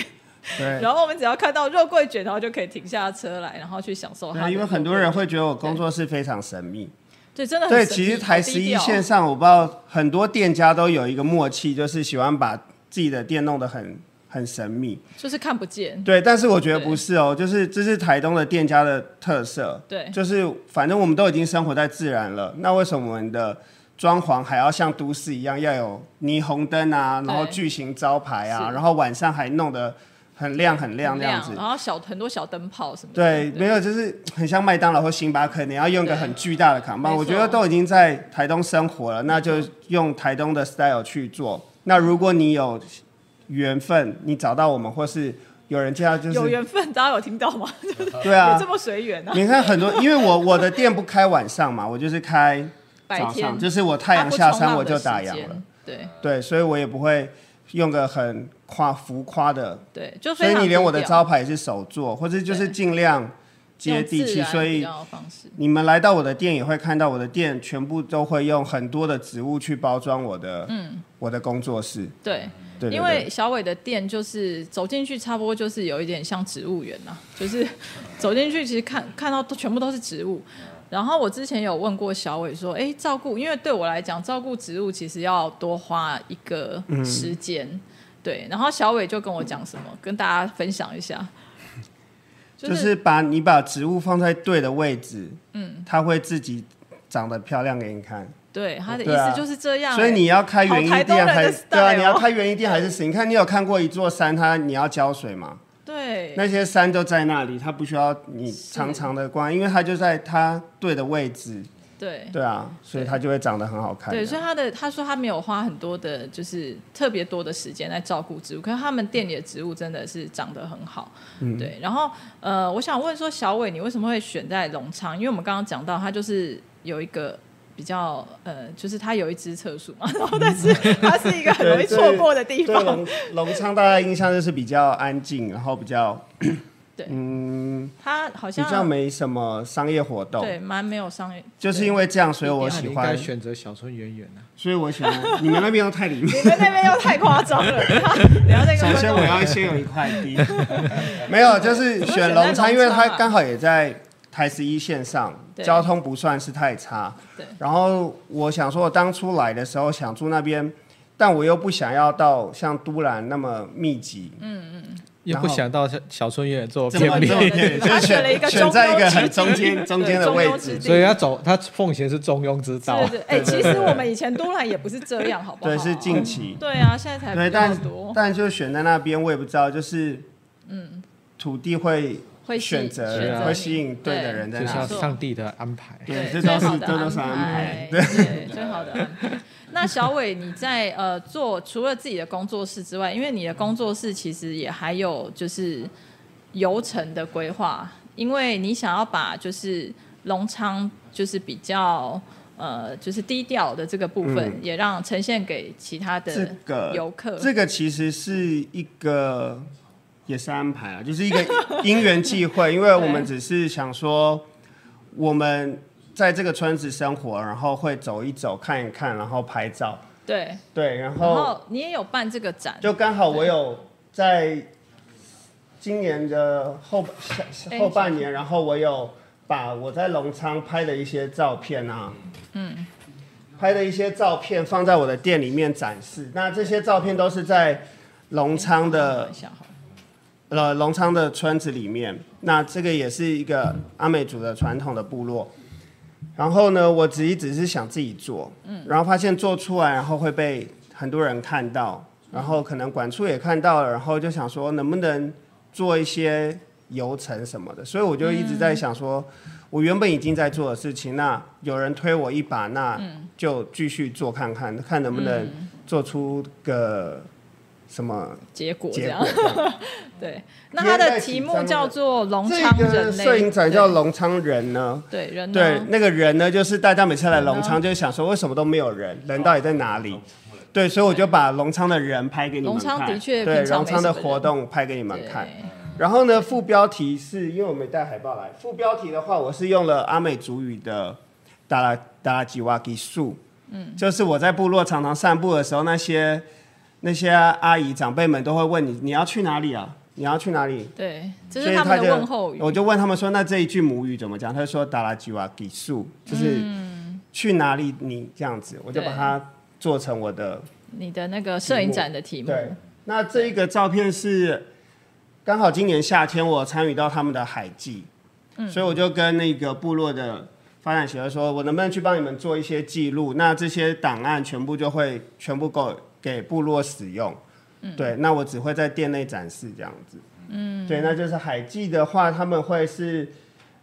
对，
然后我们只要看到肉桂卷，然后就可以停下车来，然后去享受哦它的肉桂卷。
对，因为很多人会觉得我工作室非常神秘。
对真的很
对，
神
其实
秘
台
好
十
低
一
调
线上，我不知道很多店家都有一个默契，就是喜欢把自己的店弄得很很神秘。
就是看不见，
对，但是我觉得不是哦，就是这是台东的店家的特色。
对
就是反正我们都已经生活在自然了，那为什么我们的装潢还要像都市一样，要有霓虹灯啊，然后
对
巨型招牌啊，
是
然后晚上还弄得很亮很亮那样子。
然后小很多小灯泡什么的。
对，没有，就是很像麦当劳或星巴克，你要用一个
对
很巨大的扛棒。
没错
我觉得都已经在台东生活了，那就用台东的 style 去做。那如果你有缘分，你找到我们，或是有人介绍，就
有
是
缘分，大家有听到 吗？
对啊
你这，么随缘啊，
你看很多，因为我我的店不开晚上嘛，我就是开
白
早
天啊
上，就是我太阳下山我就
它
打
不
烊
冲浪的时
了
间。。对
对，所以我也不会用个很夸浮夸的
对，就
所
非
以
常
你连我的
低调
招牌也是手做，或者就是尽量接地
用
气，
自然
所
比
以
较的方式
你们来到我的店也会看到我的店全部都会用很多的植物去包装我的，嗯，我的工作室，
对。
对对对
因为小伟的店就是走进去，差不多就是有一点像植物园呐、就是 走进去其实看看到都全部都是植物。然后我之前有问过小伟说，哎，照顾，因为对我来讲，照顾植物其实要多花一个
嗯
时间，对。然后小伟就跟我讲什么，跟大家分享一下，
就是把你把植物放在对的位置，嗯，它会自己长得漂亮给你看。
对他的意
对啊
思就是这样、
所以你要开园艺
好台东
店
人的
还
style
对啊，
哦
你要开园艺店还是谁？你看你有看过一座山，它你要浇水吗？
对
那些山都在那里，它不需要你常常的逛，因为它就在它对的位置。
对
对啊，所以它就会长得很好看。
对，所以他的他说他没有花很多的，就是特别多的时间在照顾植物，可是他们店里的植物真的是长得很好。
嗯
对。然后呃，我想问说，小伟，你为什么会选在隆昌？因为我们刚刚讲到，它就是有一个。比较呃，就是它有一只测速嘛， 然后但 是它是一个很容易
对
错过的地
对
方，
龙龙昌大家印象就是比较安静，然后比较
嗯它好
比
像
较没什么商业活动。
对蛮没有商业，
就是因为这样，所以我
那你
喜
应该
欢，
选择小村圆圆啊。
所以我喜欢你们那边又太 里面。
你们那边又太夸张了。 等一下再跟
首
观
先
众
我要先有一块 地，没有，就是选
怎么会选在
龙
龙昌啊
昌，因为它刚好也在台十一线上，
对
交通不算是太差。
对
然后我想说，我当初来的时候想住那边，但我又不想要到像都兰那么密集，
嗯
又不想到小小村圆圆做
这么
便利，
这么便利就
他
是
选了一
选
个
选在一个很
中庸
中
之地
间中间的
对
位
中庸之
置
地。
所以他走他奉行是中庸之道啊
对。 对，哎、其实我们以前都兰也不是这样，好不好？啊
对，是近期。
对啊，现在才
对，
比较
但
多，
但就选在那边，我也不知道，就是嗯，土地会
会吸
选择
选择
会
你
吸引对的人在
就
那
像
里。
错
上帝的安排。
对，这
最
都
好
是
的
这都是安
排
排，。
对，最好的安排。那小伟，你在呃做除了自己的工作室之外，因为你的工作室其实也还有就是游程的规划，因为你想要把就是隆昌就是比较。呃，就是低调的这个部分，也让呈现给其他
嗯这
的
个
游客。
这个其实是一个也是安排啊，就是一 个因缘际会，因为我们只是想说，我们在这个村子生活，然后会走一走、看一看，然后拍照。
对，
对，然
然
后
后你也有办这个展，
哦就刚好我有在今年的后下
哎
后半年，然后我有把我在隆昌拍的一些照片啊，嗯，拍的一些照片放在我的店里面展示。那这些照片都是在隆昌的
一下好了
呃隆昌的村子里面，那这个也是一个阿美族的传统的部落。然后呢，我只一直是想自己做，嗯，然后发现做出来，然后会被很多人看到，然后可能管处也看到了，然后就想说能不能做一些游程什么的，所以我就一直在想说，我原本已经在做的事情，那有人推我一把，那就继续做看看，看能不能做出个什么
结果这
结
样
果。。这样
对，那它的题目叫做《隆昌
这
人
个
类》，嗯
摄影展叫隆昌人呢。
对人啊呢
对，那个人呢，就是大家每次来隆昌就想说，为什么都没有人？人到底在哪里？对，所以我就把隆昌的人拍给你们
隆
看。
昌哦的确
对
平常
隆
没
昌
什
的
么人
活动拍给你们看。
对
然后呢，副标题是因为我没带海报来，副标题的话，我是用了阿美族语的达拉达拉吉瓦吉树，嗯，就是我在部落常常散步的时候，那些那些阿姨长辈们都会问你，你要去哪里啊？你要去哪里？
对，这
所
是
以
他
他
们
就
的问候语。
我就问他们说，那这一句母语怎么讲？他就说达拉吉瓦吉树，就是去哪里你这样子，我
嗯
就
对
把它做成我的
你的那个摄影展的题目，
对，那这一个照片是刚好今年夏天我参与到他们的海祭，所以我就跟那个部落的发展协会说，我能不能去帮你们做一些记录？那这些档案全部就会全部够给部落使用。对，那我只会在店内展示这样子。嗯，对，那就是海记的话，他们会是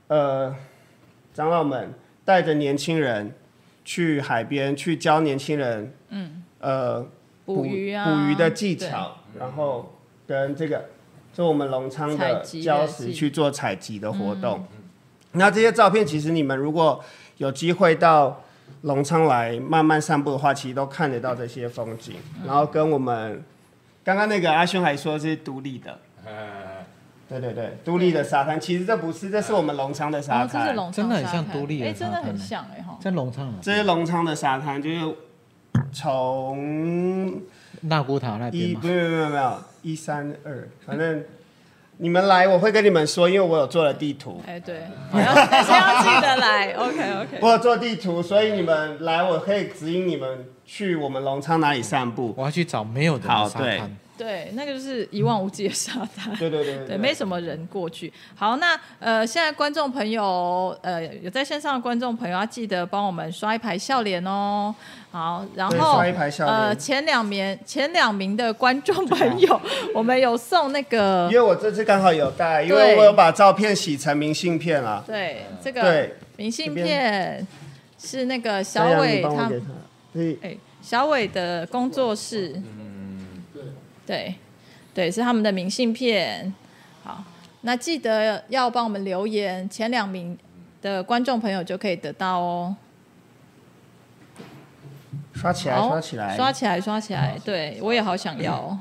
呃长老们带着年轻人去海边去教年轻人，嗯，呃
捕鱼啊，
捕鱼的技巧，然后跟这个就我们隆昌
采
的
集的
礁
技嗯
石去做采集的活动。那这些照片，其实你们如果有机会到隆昌来慢慢散步的话，其实都看得到这些风景。
嗯
然后跟我们刚刚那个阿兄还说是独立的，对对对，独立的沙滩，其实这不是，这是我们隆昌的
然
沙
后哦这是
滩，
龙
真的很像
多
都立
哎、
的
真的
沙滩
很
欸
像哎、哈。
在龙昌啊嘛，
这是隆昌的沙滩，就是从
纳古塔那边
一
嘛
不，没有没有没有一三二，反正你们来我会跟你们说，因为我有做了地图，
哎、对，你要还是要记得来。OK OK，
我有做地图，所以你们来我可以指引你们去我们隆昌哪里散步。
哦
我要去找没有人
好
的沙滩。
对，那个就是一望无际的沙滩。
对 对对对
对，没什么人过去。好，那呃，现在观众朋友，呃，有在线上的观众朋友要记得帮我们刷一排笑脸哦。好，然
对
后
刷一排笑脸
呃，前两名前两名的观众朋友，我们有送那个
因，为我这次刚好有带，因为
对
我有把照片洗成明信片啦。
对这个
对，
明信
这
片是那个小
张扬
伟
你帮
他
我给他。对，
哎，小伟的工作室，
嗯
对，对，是他们的明信片。好，那记得要帮我们留言，前两名的观众朋友就可以得到哦。
刷起来，
好，
刷起来，
刷起来，刷起来，
嗯
对我也好想要哦。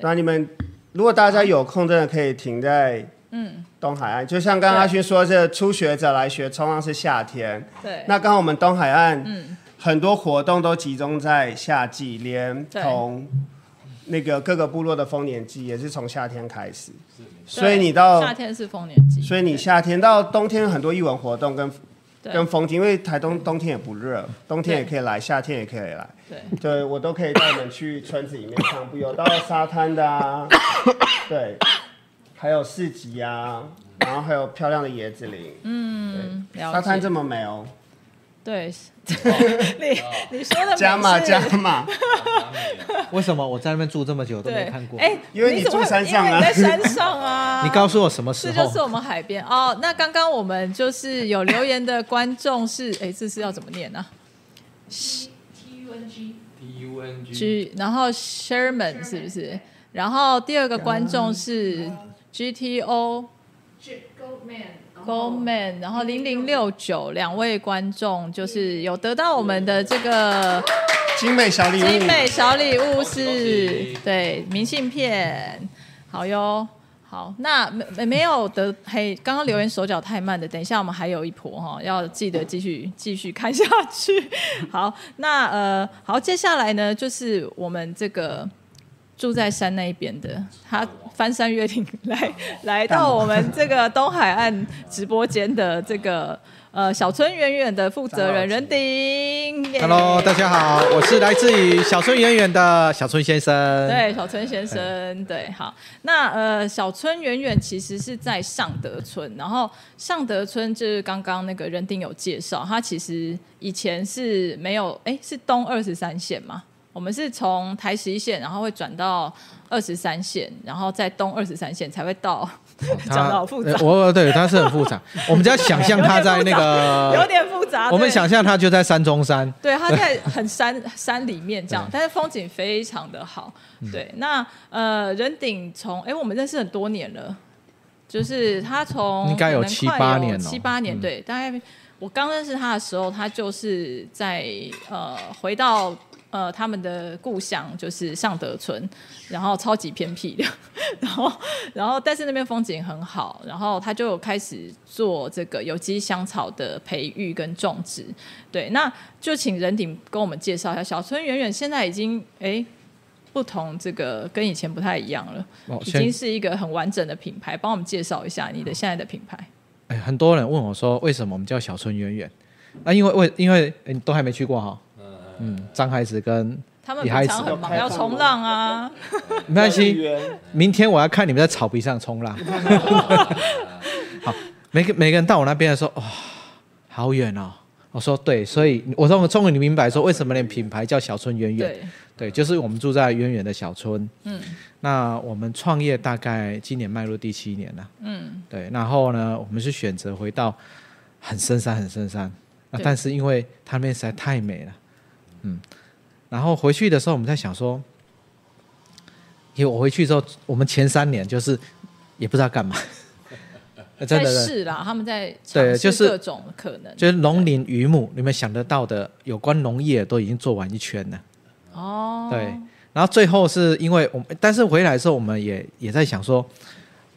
那你们如果大家有空，真的可以停在
嗯，
东海岸，就像刚刚阿
对
勋说，这初学者来学冲浪是夏天，
对，
那刚好我们东海岸，
嗯，
很多活动都集中在夏季，连
对
从那个各个部落的丰年祭也是从夏天开始，
对
所以你到，
夏天是丰年祭，
所以你夏天到冬天很多艺文活动跟
对
跟风景，因为台东冬天也不热，冬天也
对
可以来，夏天也可以来，
对
对我都可以带你们去村子里面散步，有到沙滩 的啊，对，还有市集啊，然后还有漂亮的椰子林，嗯，
了
沙滩
解
这么美哦，
对，
哦
你你说的
加码加码。
为什么我在那边住这么久都没
对
看过？
哎，
因为你
怎么
住山上啊
因为你在山上啊，
你告诉我什么时
这
候
就？是我们海边哦。那刚刚我们就是有留言的观众是，哎，这是要怎么念呢、啊、？G，然后 Sherman 是不是？然后第二个观众是 GTO Goldman，然后零零六九两位观众就是有得到我们的这个
精美小礼物，
精美小礼物是，对，明信片，好哟。好，那没没没有的，嘿，刚刚留言手脚太慢的，等一下我们还有一波哈，要记得继续继续看下去。好，那呃，好，接下来呢，就是我们这个住在山那一边的，他 翻山越岭来来到我们这个东海岸直播间的 这个呃小村远远的负责人任丁。耶
Hello，大家好，我是来自于小村远远的小村哎先生。，
对，小村先生，对，好，那呃，小村远远其实是在上德村，然后上德村就是刚刚那个任丁有介绍，它其实以前是没有，哎，是东二十三线嘛，我们是从台十一线，然后会转到二十三线，然后在东二十三线才会到，讲得好复杂
哦呃我对他是很复杂，我们只要想象他在那
有
个，
点复杂，
呃我们
对
想象他就在山中山。
对，它在很山 山里面这样，但是风景非常的好。
嗯
对，那呃，人顶从哎，我们认识很多年了，就是他从
应该有
可能
七
快
八
有
年哦
七八年对，大概我刚认识他的时候，他就是在呃回到。呃，他们的故乡就是上德村，然后超级偏僻的， 然后然后但是那边风景很好，然后他就有开始做这个有机香草的培育跟种植。对，那就请任鼎跟我们介绍一下，小村远远现在已经哎不同，这个跟以前不太一样了，
哦
已
先
经是一个很完整的品牌。帮我们介绍一下你的现在的品牌。
哎，很多人问我说，为什么我们叫小村远远？那、因为为因为哎你都还没去过哈，嗯，张孩子哦跟
他们
你
平
还
常
是
很忙，要冲浪啊，
没关系，
圆
明天我要看你们在草 皮上冲浪。好，每个每个人到我那边的时候，哇、好远哦。我说对，所以我终终于你明白说为什么那品牌叫小村远远。
对，
对，就是我们住在远远的小村。嗯，那我们创业大概今年迈入第七年了。嗯，对，然后呢，我们是选择回到很深山，很深山。那
对
但是因为它那边实在太美了，嗯，然后回去的时候我们在想说，因为我回去之后，我们前三年就是也不知道干嘛，呃 真
在
的真的
试啦，他们在
对
尝
就
试
是
各种可能。
就是农林渔牧，你们想得到的有关农业都已经做完一圈了。
哦，
对，然后最后是因为我们，但是回来的时候，我们也也在想说，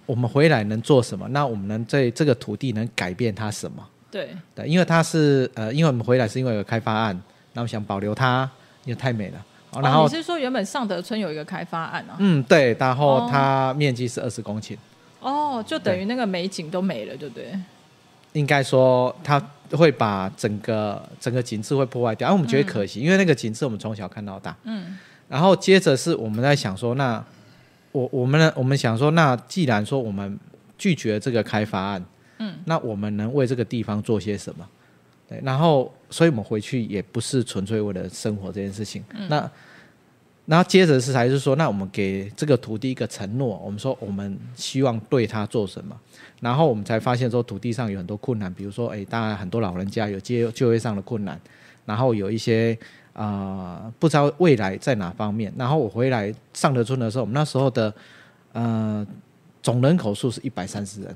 我们回来能做什么？那我们能在这个土地能改变它什么？
对
对，因为它是呃，因为我们回来是因为有开发案，那我们想保留它，因为太美了。哦
哦
然后、
你是说原本尚德村有一个开发案啊？
嗯，对，然
哦
后它面积是二十公顷，
哦，就等于那个美景都没了，对不对？
应该说它会把整个整个景致会破坏掉，而、啊我们觉得可惜，因为那个景致我们从小看到大。
嗯，
然后接着是我们在想说，那我我们呢？我们想说，那既然说我们拒绝这个开发案，嗯，那我们能为这个地方做些什么？对，然后所以我们回去也不是纯粹为了生活这件事情，那。然后接着是还是说，那我们给这个土地一个承诺，我们说我们希望对它做什么，然后我们才发现说土地上有很多困难，比如说，哎，当然很多老人家有就就业上的困难，然后有一些啊、不知道未来在哪方面。然后我回来上德村的时候，我们那时候的呃总人口数是一百三十人，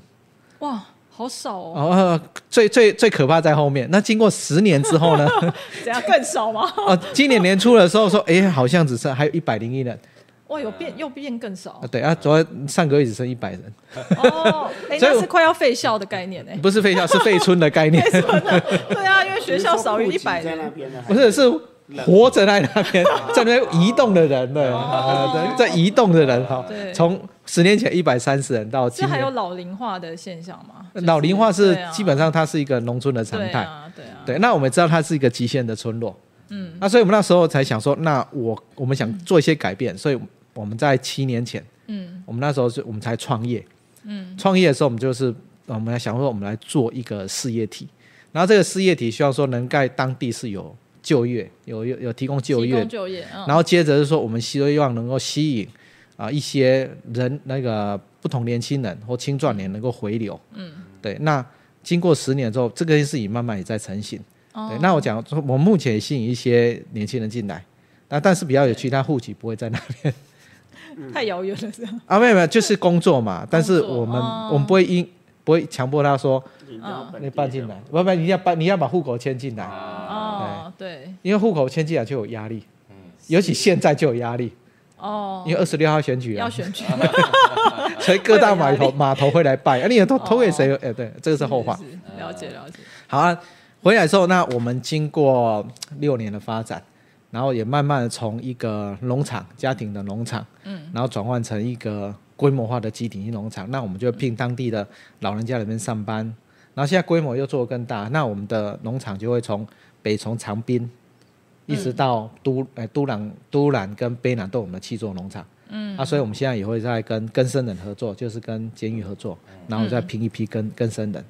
哇，好少哦，
哦、呃，最最最可怕在后面。那经过十年之后呢？
怎样更少吗？
哦，今年年初的时候说，哎，好像只剩还有一百零一人
哇，有变又变更少
啊，对啊，昨上个月只剩一百人，
哦，哎，
所以
那
我
是快要废校的概念哎。
不是废校，是废村的概念，
对啊，因为学校少于一百
在那
人，
边的还
不是是活着在那边，在那边移动的人对，呃 对在移动的人哈
对，
从十年前一百三十人到
这
今
还
年
有。老龄化的现象吗？就是
呃老龄化是
对啊
基本上它是一个农村的常
对
态，
啊，对啊，
对。那我们知道它是一个极限的村落，嗯，那所以我们那时候才想说，那我我们想做一些改变，所以我们在七年前，
嗯
我们那时候是我们才创业，
嗯，
创业的时候我们就是我们来想说，我们来做一个事业体，然后这个事业体希望说能在当地是有就业，有有有提供就
提
业
供，就业，嗯，
然后接着是说，我们希望能够吸引啊、一些人，那个不同年轻人或青壮年能够回流。嗯，对。那经过十年之后，这个事情慢慢也在成型。
哦
对，那我讲说，我目前也吸引一些年轻人进来，那但是比较有趣，他户籍不会在那边
太遥远了，这样
啊，没有没有，就是工作嘛。但是我们、
哦
我们不会因不会强迫他说
你到本地啊
你搬进来，不不，你要搬你要把户口迁进来，
哦，对，
因为户口迁进来就有压力，
嗯
尤其现在就有压力，
哦
因，为二十六号选举啊，
要选举，
所以各大码 头码头会来拜，啊，你也投投给谁？哎、对，这个是 后话。
是，是了解了解，
好啊，回来之后，那我们经过嗯六年的发展，然后也慢慢的从一个农场家庭的农场，嗯，然后转换成一个规模化的集体性农场。那我们就聘当地的老人家里面上班，然后现在规模又做得更大，那我们的农场就会从北从长滨。一直到都呃都兰都兰跟卑南都有我们的气作农场，嗯，啊，所以我们现在也会在跟跟生人合作，就是跟监狱合作，然后再拼一批跟跟生人，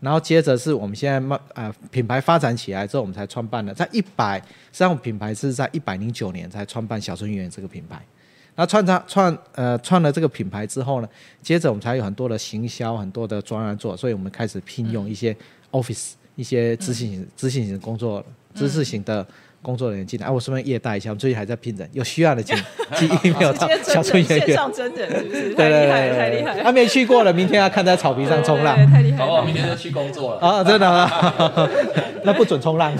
然后接着是我们现在慢呃品牌发展起来之后，我们才创办了，在一百，实际上我们品牌是在一百零九年才创办小春园这个品牌。那创它创呃创了这个品牌之后呢，接着我们才有很多的行销，很多的专案做，所以我们开始聘用一些 office、一些执行型执行型的工作知识型的工作人员进来。啊，我顺便业带一下，我们最近还在聘人，有需要的请寄 email
直
到
接
小
真
春
人
园
线
园。
上真人，是不是？太厉
对对对
害了，太厉
对对
害
对，
了，
他没去过了，明天要看在草皮上冲浪
对。对太厉害
搞不好啊
了，
明天就去工作了。
啊，真 的啊，那不准冲浪。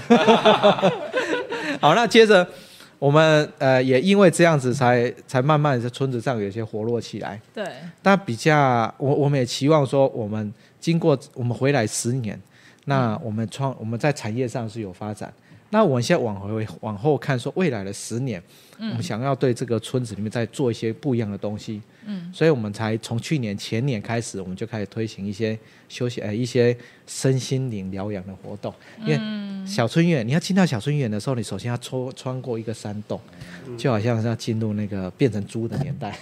好，那接着我们呃也因为这样子才才慢慢在村子上有些活络起来。
对，
但比较我我们也期望说，我们经过我们回来十年，
嗯
那我们创我们在产业上是有发展。那我们现在往回往后看，说未来的十年，我
嗯
们想要对这个村子里面再做一些不一样的东西。嗯，所以我们才从去年前年开始，
嗯
我们就开始推行一些休息呃一些身心灵疗养的活动，因为小春园，你要进到小春园的时候，你首先要穿穿过一个山洞，
嗯
就好像是要进入那个变成猪的年 代，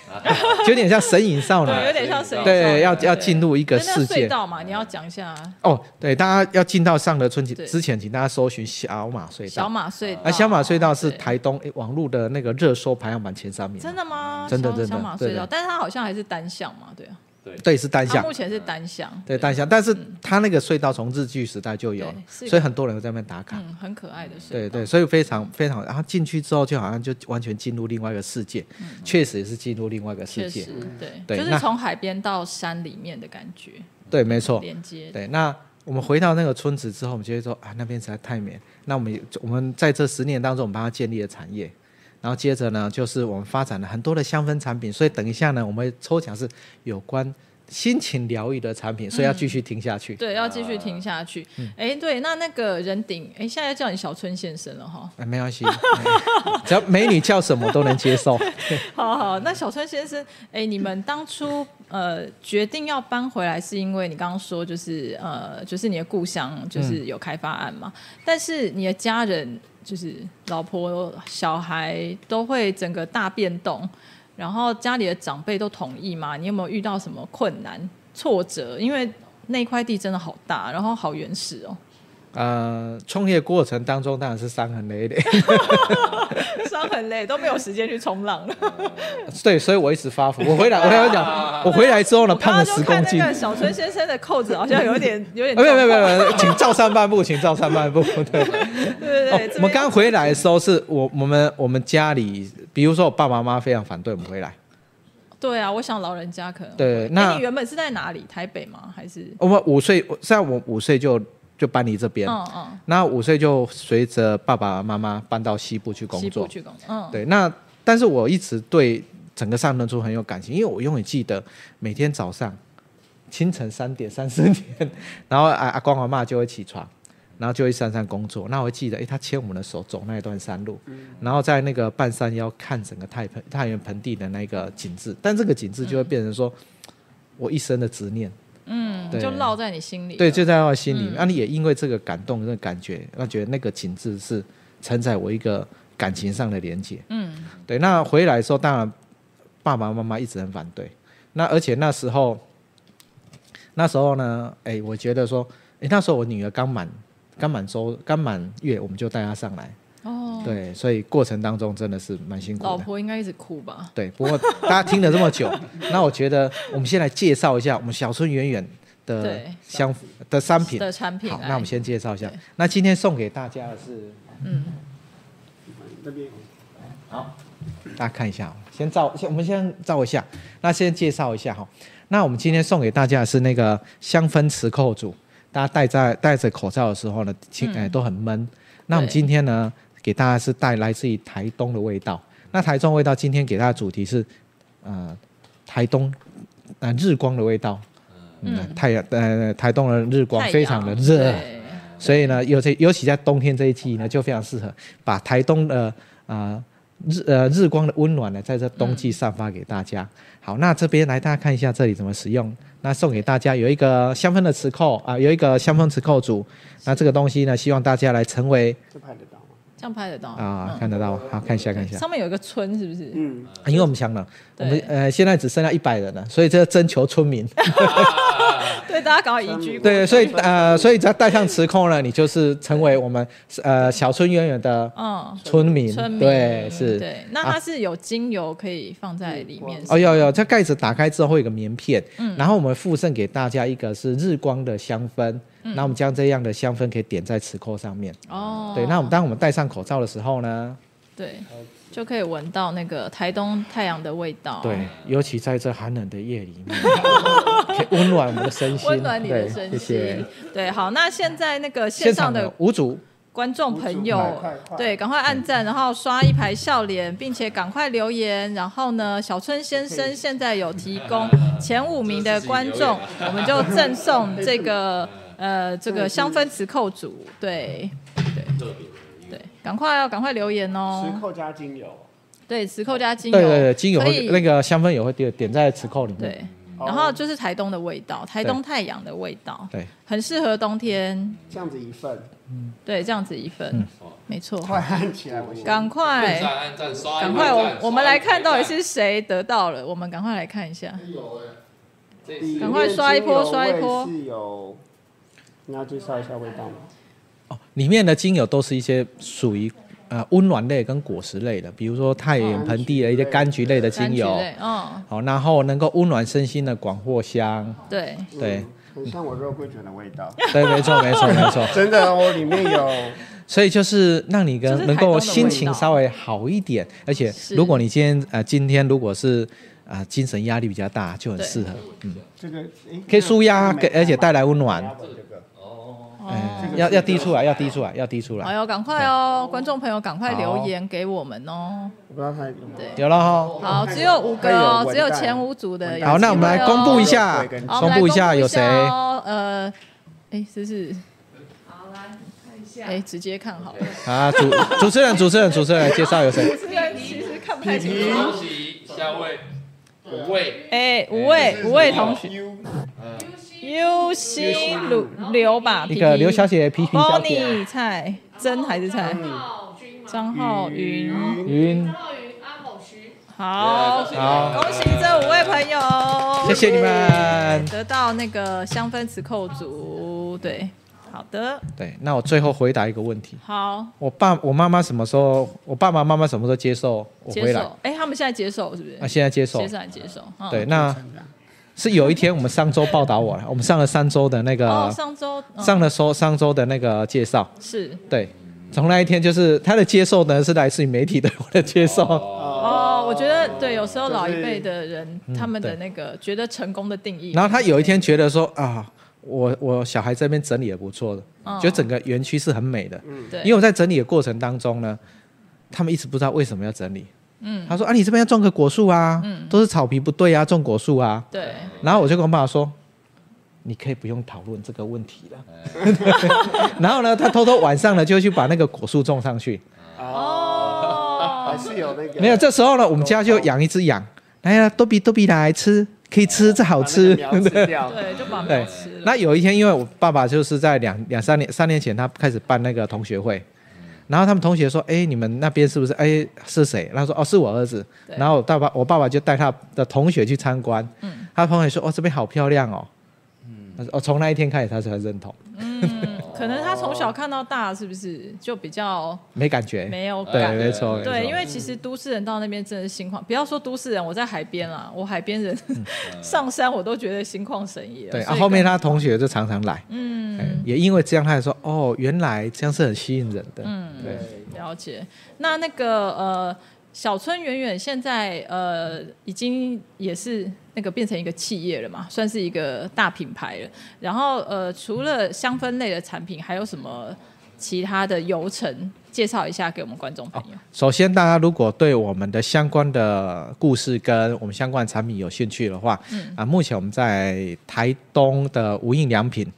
就有点像神隐少女。
对，有点像哎神
对，要要进入一
一
个世界
隧。道嘛，你要讲一下啊
哦，对，大家要进到上德村
对
之前，请大家搜寻小马隧
小
道。
马隧道。
啊，小马隧道是
对
台东诶网络的那个热搜排行榜前三名。
真的吗？
啊真的
小
真的
小马
对
隧
的
道，但是它好像还是单向嘛，对啊，
对，是单
它
向
啊目。前是单向，
对单向，但是它那个隧道从日据时代就有了
对，是
所以很多人在那边打卡。
嗯，很可爱的隧道，
对对，所以非常非常，然后进去之后就好像就完全进入另外一个世界，确实也是进入另外一个
嗯
世
确
界
实。，对，
对
就是
那
从海边到山里面的感觉，
对，没错。
连接，
对，那我们回到那个村子之后，我们就会说啊，那边实在太美。那我们也我们在这十年当中，我们帮他建立了产业，然后接着呢，就是我们发展了很多的香氛产品。所以等一下呢，我们会抽奖是有关心情疗愈的产品，所以要继续听下去。
对，要继续听下去。
嗯
哎、对，那那个人顶，哎，现在叫你小春先生了哈。
啊，没关系，只要美女叫什么都能接受。
好好，那小春先生，哎，你们当初呃决定要搬回来，是因为你刚刚说就是呃，就是你的故乡就是有开发案嘛，但是你的家人就是老婆、小孩都会整个大变动，然后家里的长辈都同意吗？你有没有遇到什么困难、挫折？因为那块地真的好大，然后好原始哦，
呃，创业过程当中当然是伤痕累累，
伤痕累，都没有时间去冲浪了。
对，所以我一直发福。我回来，我要讲，我回来之后呢，
我刚
胖
刚
了
就
十公
看
斤。
那个小春先生的扣子好像有点有点
啊，没有没有没
状
有
况，
没有，请照上半部，请照上半部。 对，
对对对，
哦我们刚回来的时候是我我们我们家里，比如说我爸爸妈妈非常反对我们回来。
对啊，我想老人家可能
对
会
那
哎你原本是在哪里？台北吗？还是
我们五岁，我虽然我五岁就就搬离这边，
嗯嗯
那五岁就随着爸爸妈妈搬到西部去工
西部
作。
去工作？嗯，
对，那但是我一直对整个上灯村很有感情，因为我永远记得每天早上清晨三点三四点，然后阿阿公阿妈就会起床，然后就会上山工作。那我会记得，诶，他牵我们的手走那一段山路，然后在那个半山腰看整个太平太原盆地的那个景致，但这个景致就会变成说、我一生的执念。
嗯，
对
就烙在你心里。
对，就在我心里。
嗯
那、你也因为这个感动，这个感觉，那觉得那个情致是承载我一个感情上的连接。嗯，对。那回来的时候，当然爸爸妈妈一直很反对。那而且那时候，那时候呢，哎，我觉得说，哎，那时候我女儿刚满刚满周刚满月，我们就带她上来。
哦，
对，所以过程当中真的是蛮辛苦的。
老婆应该一直哭吧？
对，不过大家听了这么久，那我觉得我们先来介绍一下我们小村远远的
对
香的商品
的产品
好，
来
那我们先介绍一下
对。嗯
那今天送给大家的是，
那边
大家看一下哦，先照，先我们先照一下。那先介绍一下哈，那我们今天送给大家的是那个香氛磁扣组，大家戴在戴着口罩的时候呢，其哎都很闷。那我
嗯
们
对
今天呢，给大家是带来自于台东的味道。那台中味道今天给大家的主题是，呃，台东，呃，日光的味道。嗯，太阳呃，台东的日光
太阳
非常的热，
对
所以呢，尤其尤其在冬天这一季呢，就非常适合把台东的呃日呃日光的温暖呢，在这冬季散发给大家。好，那这边来大家看一下这里怎么使用。那送给大家有一个香氛的磁扣啊、有一个香氛磁扣组。那这个东西呢，希望大家来成为
这拍得到吗？
这样拍得到
啊、
嗯
看得到吗？好，看一下看一下，
上面有一个村，是不是？
嗯，
啊因为我们想了，我们
对
呃现在只剩下一百人了，所以这征求村民。
对，大家赶快移居过去。
对，所以呃，所以只要带上磁扣呢，你就是成为我们呃小村远远的
嗯，
村民，
村民
对，是。啊
对，那它是有精油可以放在里面。
哦，有有，这盖子打开之后会有个棉片，
嗯
然后我们附赠给大家一个是日光的香氛，那、我们将这样的香氛可以点在磁扣上面。
嗯哦，
对，那我们当我们戴上口罩的时候呢，
对，就可以闻到那个台东太阳的味道。
对，尤其在这寒冷的夜里 面，可以温暖我们的身心，
温暖你的
对
身
谢
心。
谢。
对，好，那现在那个线
现
上
场
的
的五组，
观众朋友
快快，
对，赶快按赞，然后刷一排笑脸，并且赶快留言。然后呢，小春先生现在有提供前五名的观众，我们就赠送这个呃这个香氛磁扣组，对对对，赶快哦，赶快留言
十
哦，
扣加精油。
对，磁扣加精油，
对对对，精油
可
会
以
那个香氛也会点点在磁扣里面。
对，
哦
然后就是台东的味道，台东太阳的味道，
对，
很适合冬天。
这样子一份，
对，这样子一份，
嗯
没错，
快按起来，我先
赶快
按赞按赞刷一
赶
个
快，
赞
我我们来
刷一
看
个
到底
赞
是谁得到了，我们赶快来看一下。
这
第一
是
赶快刷一波
面精油
刷一波
味是有，你要介绍一下味道吗？
哦，里面的精油都是一些属于呃温暖类跟果实类的，比如说太原盆地的一些柑橘类的
啊柑
精
橘
油，
类，嗯，
好、然后能够温暖身心的广藿香，
对，
对
嗯，很像我肉桂卷的味道。
对，没错，没错，没 错。
真的哦，里面有
所以就是让你
就是
跟能
台东
够
的
心
味
情
道
稍微好一点，而且
是
如果你今天呃今天如果是啊、呃精神压力比较大，就很
对
适合，
这个，诶
可以舒压，
这个
给而且带来温暖。
这个
哎，要要滴出来，要滴出来，要滴出
哦哎
来。
呦，哦赶快哦，观众朋友赶快留言给我们哦。
我不知道它有没有
对
有了哈，
好，只有五个哦，
会有
只有
文旦
前五组的有机会哦。
好，那我们来公布一下，
好，我
公
们来
布
公
一下有谁？
哦呃，哎，这是，哎，直接看好了。
啊？主主持人，主持人，主持人来介绍有谁？
这个其实看不太清楚。
恭喜下位五位，
哎，五位五位同学
，U
，U 西鲁刘吧，
一个
皮皮
刘小姐、皮皮小姐、
Bonnie 蔡真还是蔡？张浩哦云，
云，
好，
好
恭喜这五位朋友，
谢谢你们。
得到那个香氛磁扣组，对，好的，
对，那我最后回答一个问题：
好，
我爸、我妈妈什么时候？我爸爸妈妈什么时候接受我
接
回来？
手，哎，他们现在接手是不是？
啊，现在接受
接。上接手，嗯
对，，那是有一天我们上周报道我了，我们上了三周的那
哦，
个，
上周嗯
上了周上周的那个介绍。
是
对，从那一天就是他的接受呢是来自于媒体对我的接受。
哦，我觉得对，有时候老一辈的人他们的
嗯对
那个觉得成功的定义，
然后他有一天觉得说啊，我我小孩这边整理也不错的，
嗯
觉得整个园区是很美的。
对
因为我在整理的过程当中呢，他们一直不知道为什么要整理。嗯，他说啊，你这边要种个果树啊，都是草皮不对啊，种果树啊。
对，
然后我就跟我爸说，你可以不用讨论这个问题了。 然后呢，他偷偷晚上呢就去把那个果树种上去。
还是有那个
没有，这时候呢，我们家就养一只羊，来呀、多比多比来吃，可以吃，这好
把
吃。
那个苗吃掉，
对，就把
对
它吃了，
那有一天，因为我爸爸就是在两两三年三年前，他开始办那个同学会，然后他们同学说：“哎，你们那边是不是？哎，是谁？”他说：“哦，是我儿子。”
对
然后我爸爸，我爸爸就带他的同学去参观，
嗯
他同学说：“哦，这边好漂亮哦。”他说：“哦，从那一天开始，他才认同，
可能他
哦
从小看到大，是不是就比较
没感觉。
没有感
对，没错，没
对，
错
因为其实都市人到那边真的是心旷，不要说都市人，我在海边啦，我海边人 上山我都觉得心旷神怡了。
嗯对。
所
啊，
以
后面
跟
他同学就常常来，哎
嗯
也因为这样，他还说：“哦，原来这样是很吸引人的。”
嗯
对。
了解，那那个呃小村远远现在呃已经也是那个变成一个企业了嘛，算是一个大品牌了。然后呃除了香氛类的产品，还有什么其他的游程介绍一下给我们观众朋友？
首先，大家如果对我们的相关的故事跟我们相关的产品有兴趣的话，啊，目前我们在台东的无印良品，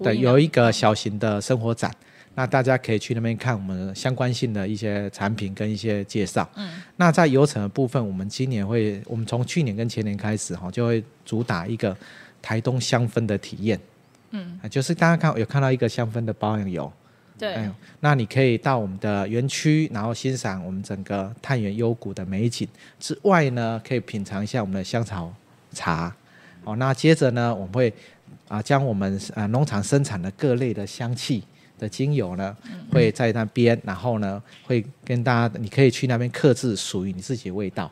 对，
无印良
有一个小型的生活展，那大家可以去那边看我们相关性的一些产品跟一些介绍。嗯，那在游程的部分，我们今年会，我们从去年跟前年开始哈，就会主打一个台东香氛的体验。嗯，就是大家看有看到一个香氛的保养油，
对、
哎呦，那你可以到我们的园区，然后欣赏我们整个探源幽谷的美景之外呢，可以品尝一下我们的香草茶。哦，那接着呢，我们会啊、将我们呃农场生产的各类的香气的精油呢，
嗯
会在那边，然后呢会跟大家，你可以去那边克制属于你自己的味道。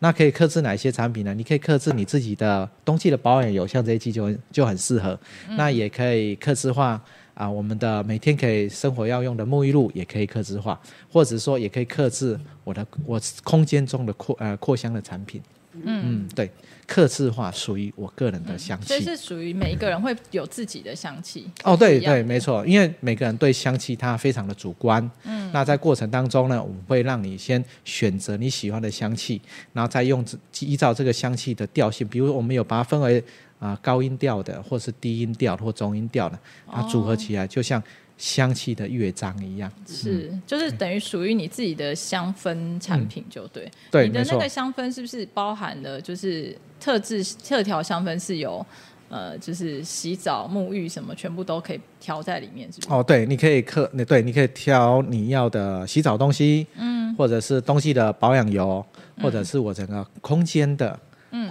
那可以克制哪一些产品呢？你可以克制你自己的冬季的保养油，像这一季就很就很适合。
嗯
那也可以克制化啊，我们的每天可以生活要用的沐浴露也可以克制化，或者说也可以克制我的我空间中的扩呃扩香的产品。嗯对，克制化属于我个人的香
嗯所以
气。
是属于每一个人会有自己的香气。
哦，
不
对
一样
对，
的
没错，因为每个人对香气它非常的主观。嗯，那在过程当中呢，我们会让你先选择你喜欢的香气，然后再用这依照这个香气的调性，比如我们有把它分为啊、高音调的，或是低音调的或中音调的，它组
哦
合起来就像香气的乐章一样。
是，就是
嗯
等于属于你自己的香氛产品，就对。
对
你的
没
那
错
个香氛是不是包含了就是特制特调香氛是有呃，就是洗澡、沐浴什么，全部都可以调在里面，是不是？
哦，对，你可以克，你对，你可以挑你要的洗澡东西，嗯，或者是东西的保养油，
嗯
或者是我整个空间的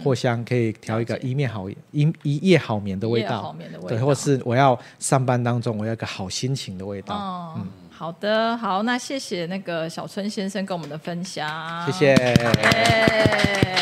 扩香，可以调一个一面好一一夜好眠的味
夜好
道，
眠的味道，
对，或是我要上班当中我要一个好心情的味道，嗯
哦，好的，好，那谢谢那个小春先生跟我们的分享，
谢谢。
耶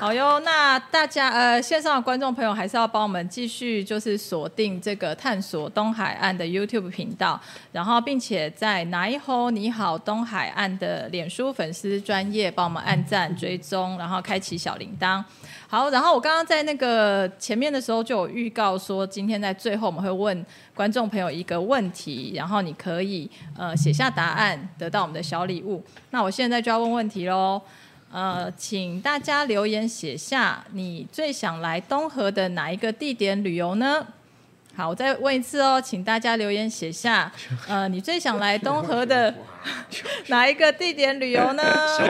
好哟，那大家呃线上的观众朋友还是要帮我们继续就是锁定这个探索东海岸的 YouTube 频道，然后并且在哪一吼你好东海岸的脸书粉丝专业帮我们按赞追踪，然后开启小铃铛。好，然后我刚刚在那个前面的时候就有预告说，今天在最后我们会问观众朋友一个问题，然后你可以呃写下答案，得到我们的小礼物。那我现在就要问问题喽。呃，请大家留言写下你最想来东河的哪一个地点旅游呢？好，我再问一次哦，请大家留言写下， 呃，你最想来东河的哪一个地点旅游呢？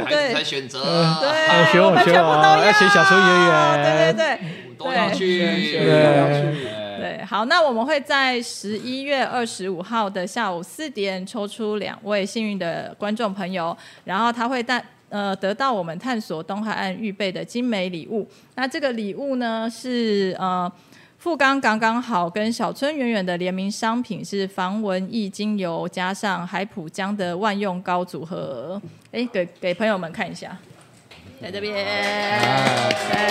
对嗯对，
选择，
我
学我
们
学
全部
我
都
要写小熊圆
对
圆
对对。
都要去。
对，
对，好，那我们会在十一月二十五号的下午四点抽出两位幸运的观众朋友，然后他会带呃得到我们探索东海岸预备的精美礼物。那这个礼物呢是呃。富冈刚刚好跟小村远远的联名商品是防蚊液精油加上海普江的万用膏组合，哎，给给朋友们看一下，啊在这边，对，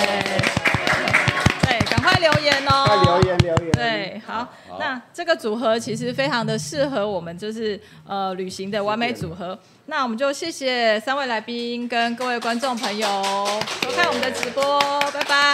对，赶快留言哦，
快留言留言。
对，嗯好，那这个组合其实非常的适合我们就是呃旅行的完美组合。那我们就谢谢三位来宾跟各位观众朋友收看我们的直播，拜拜。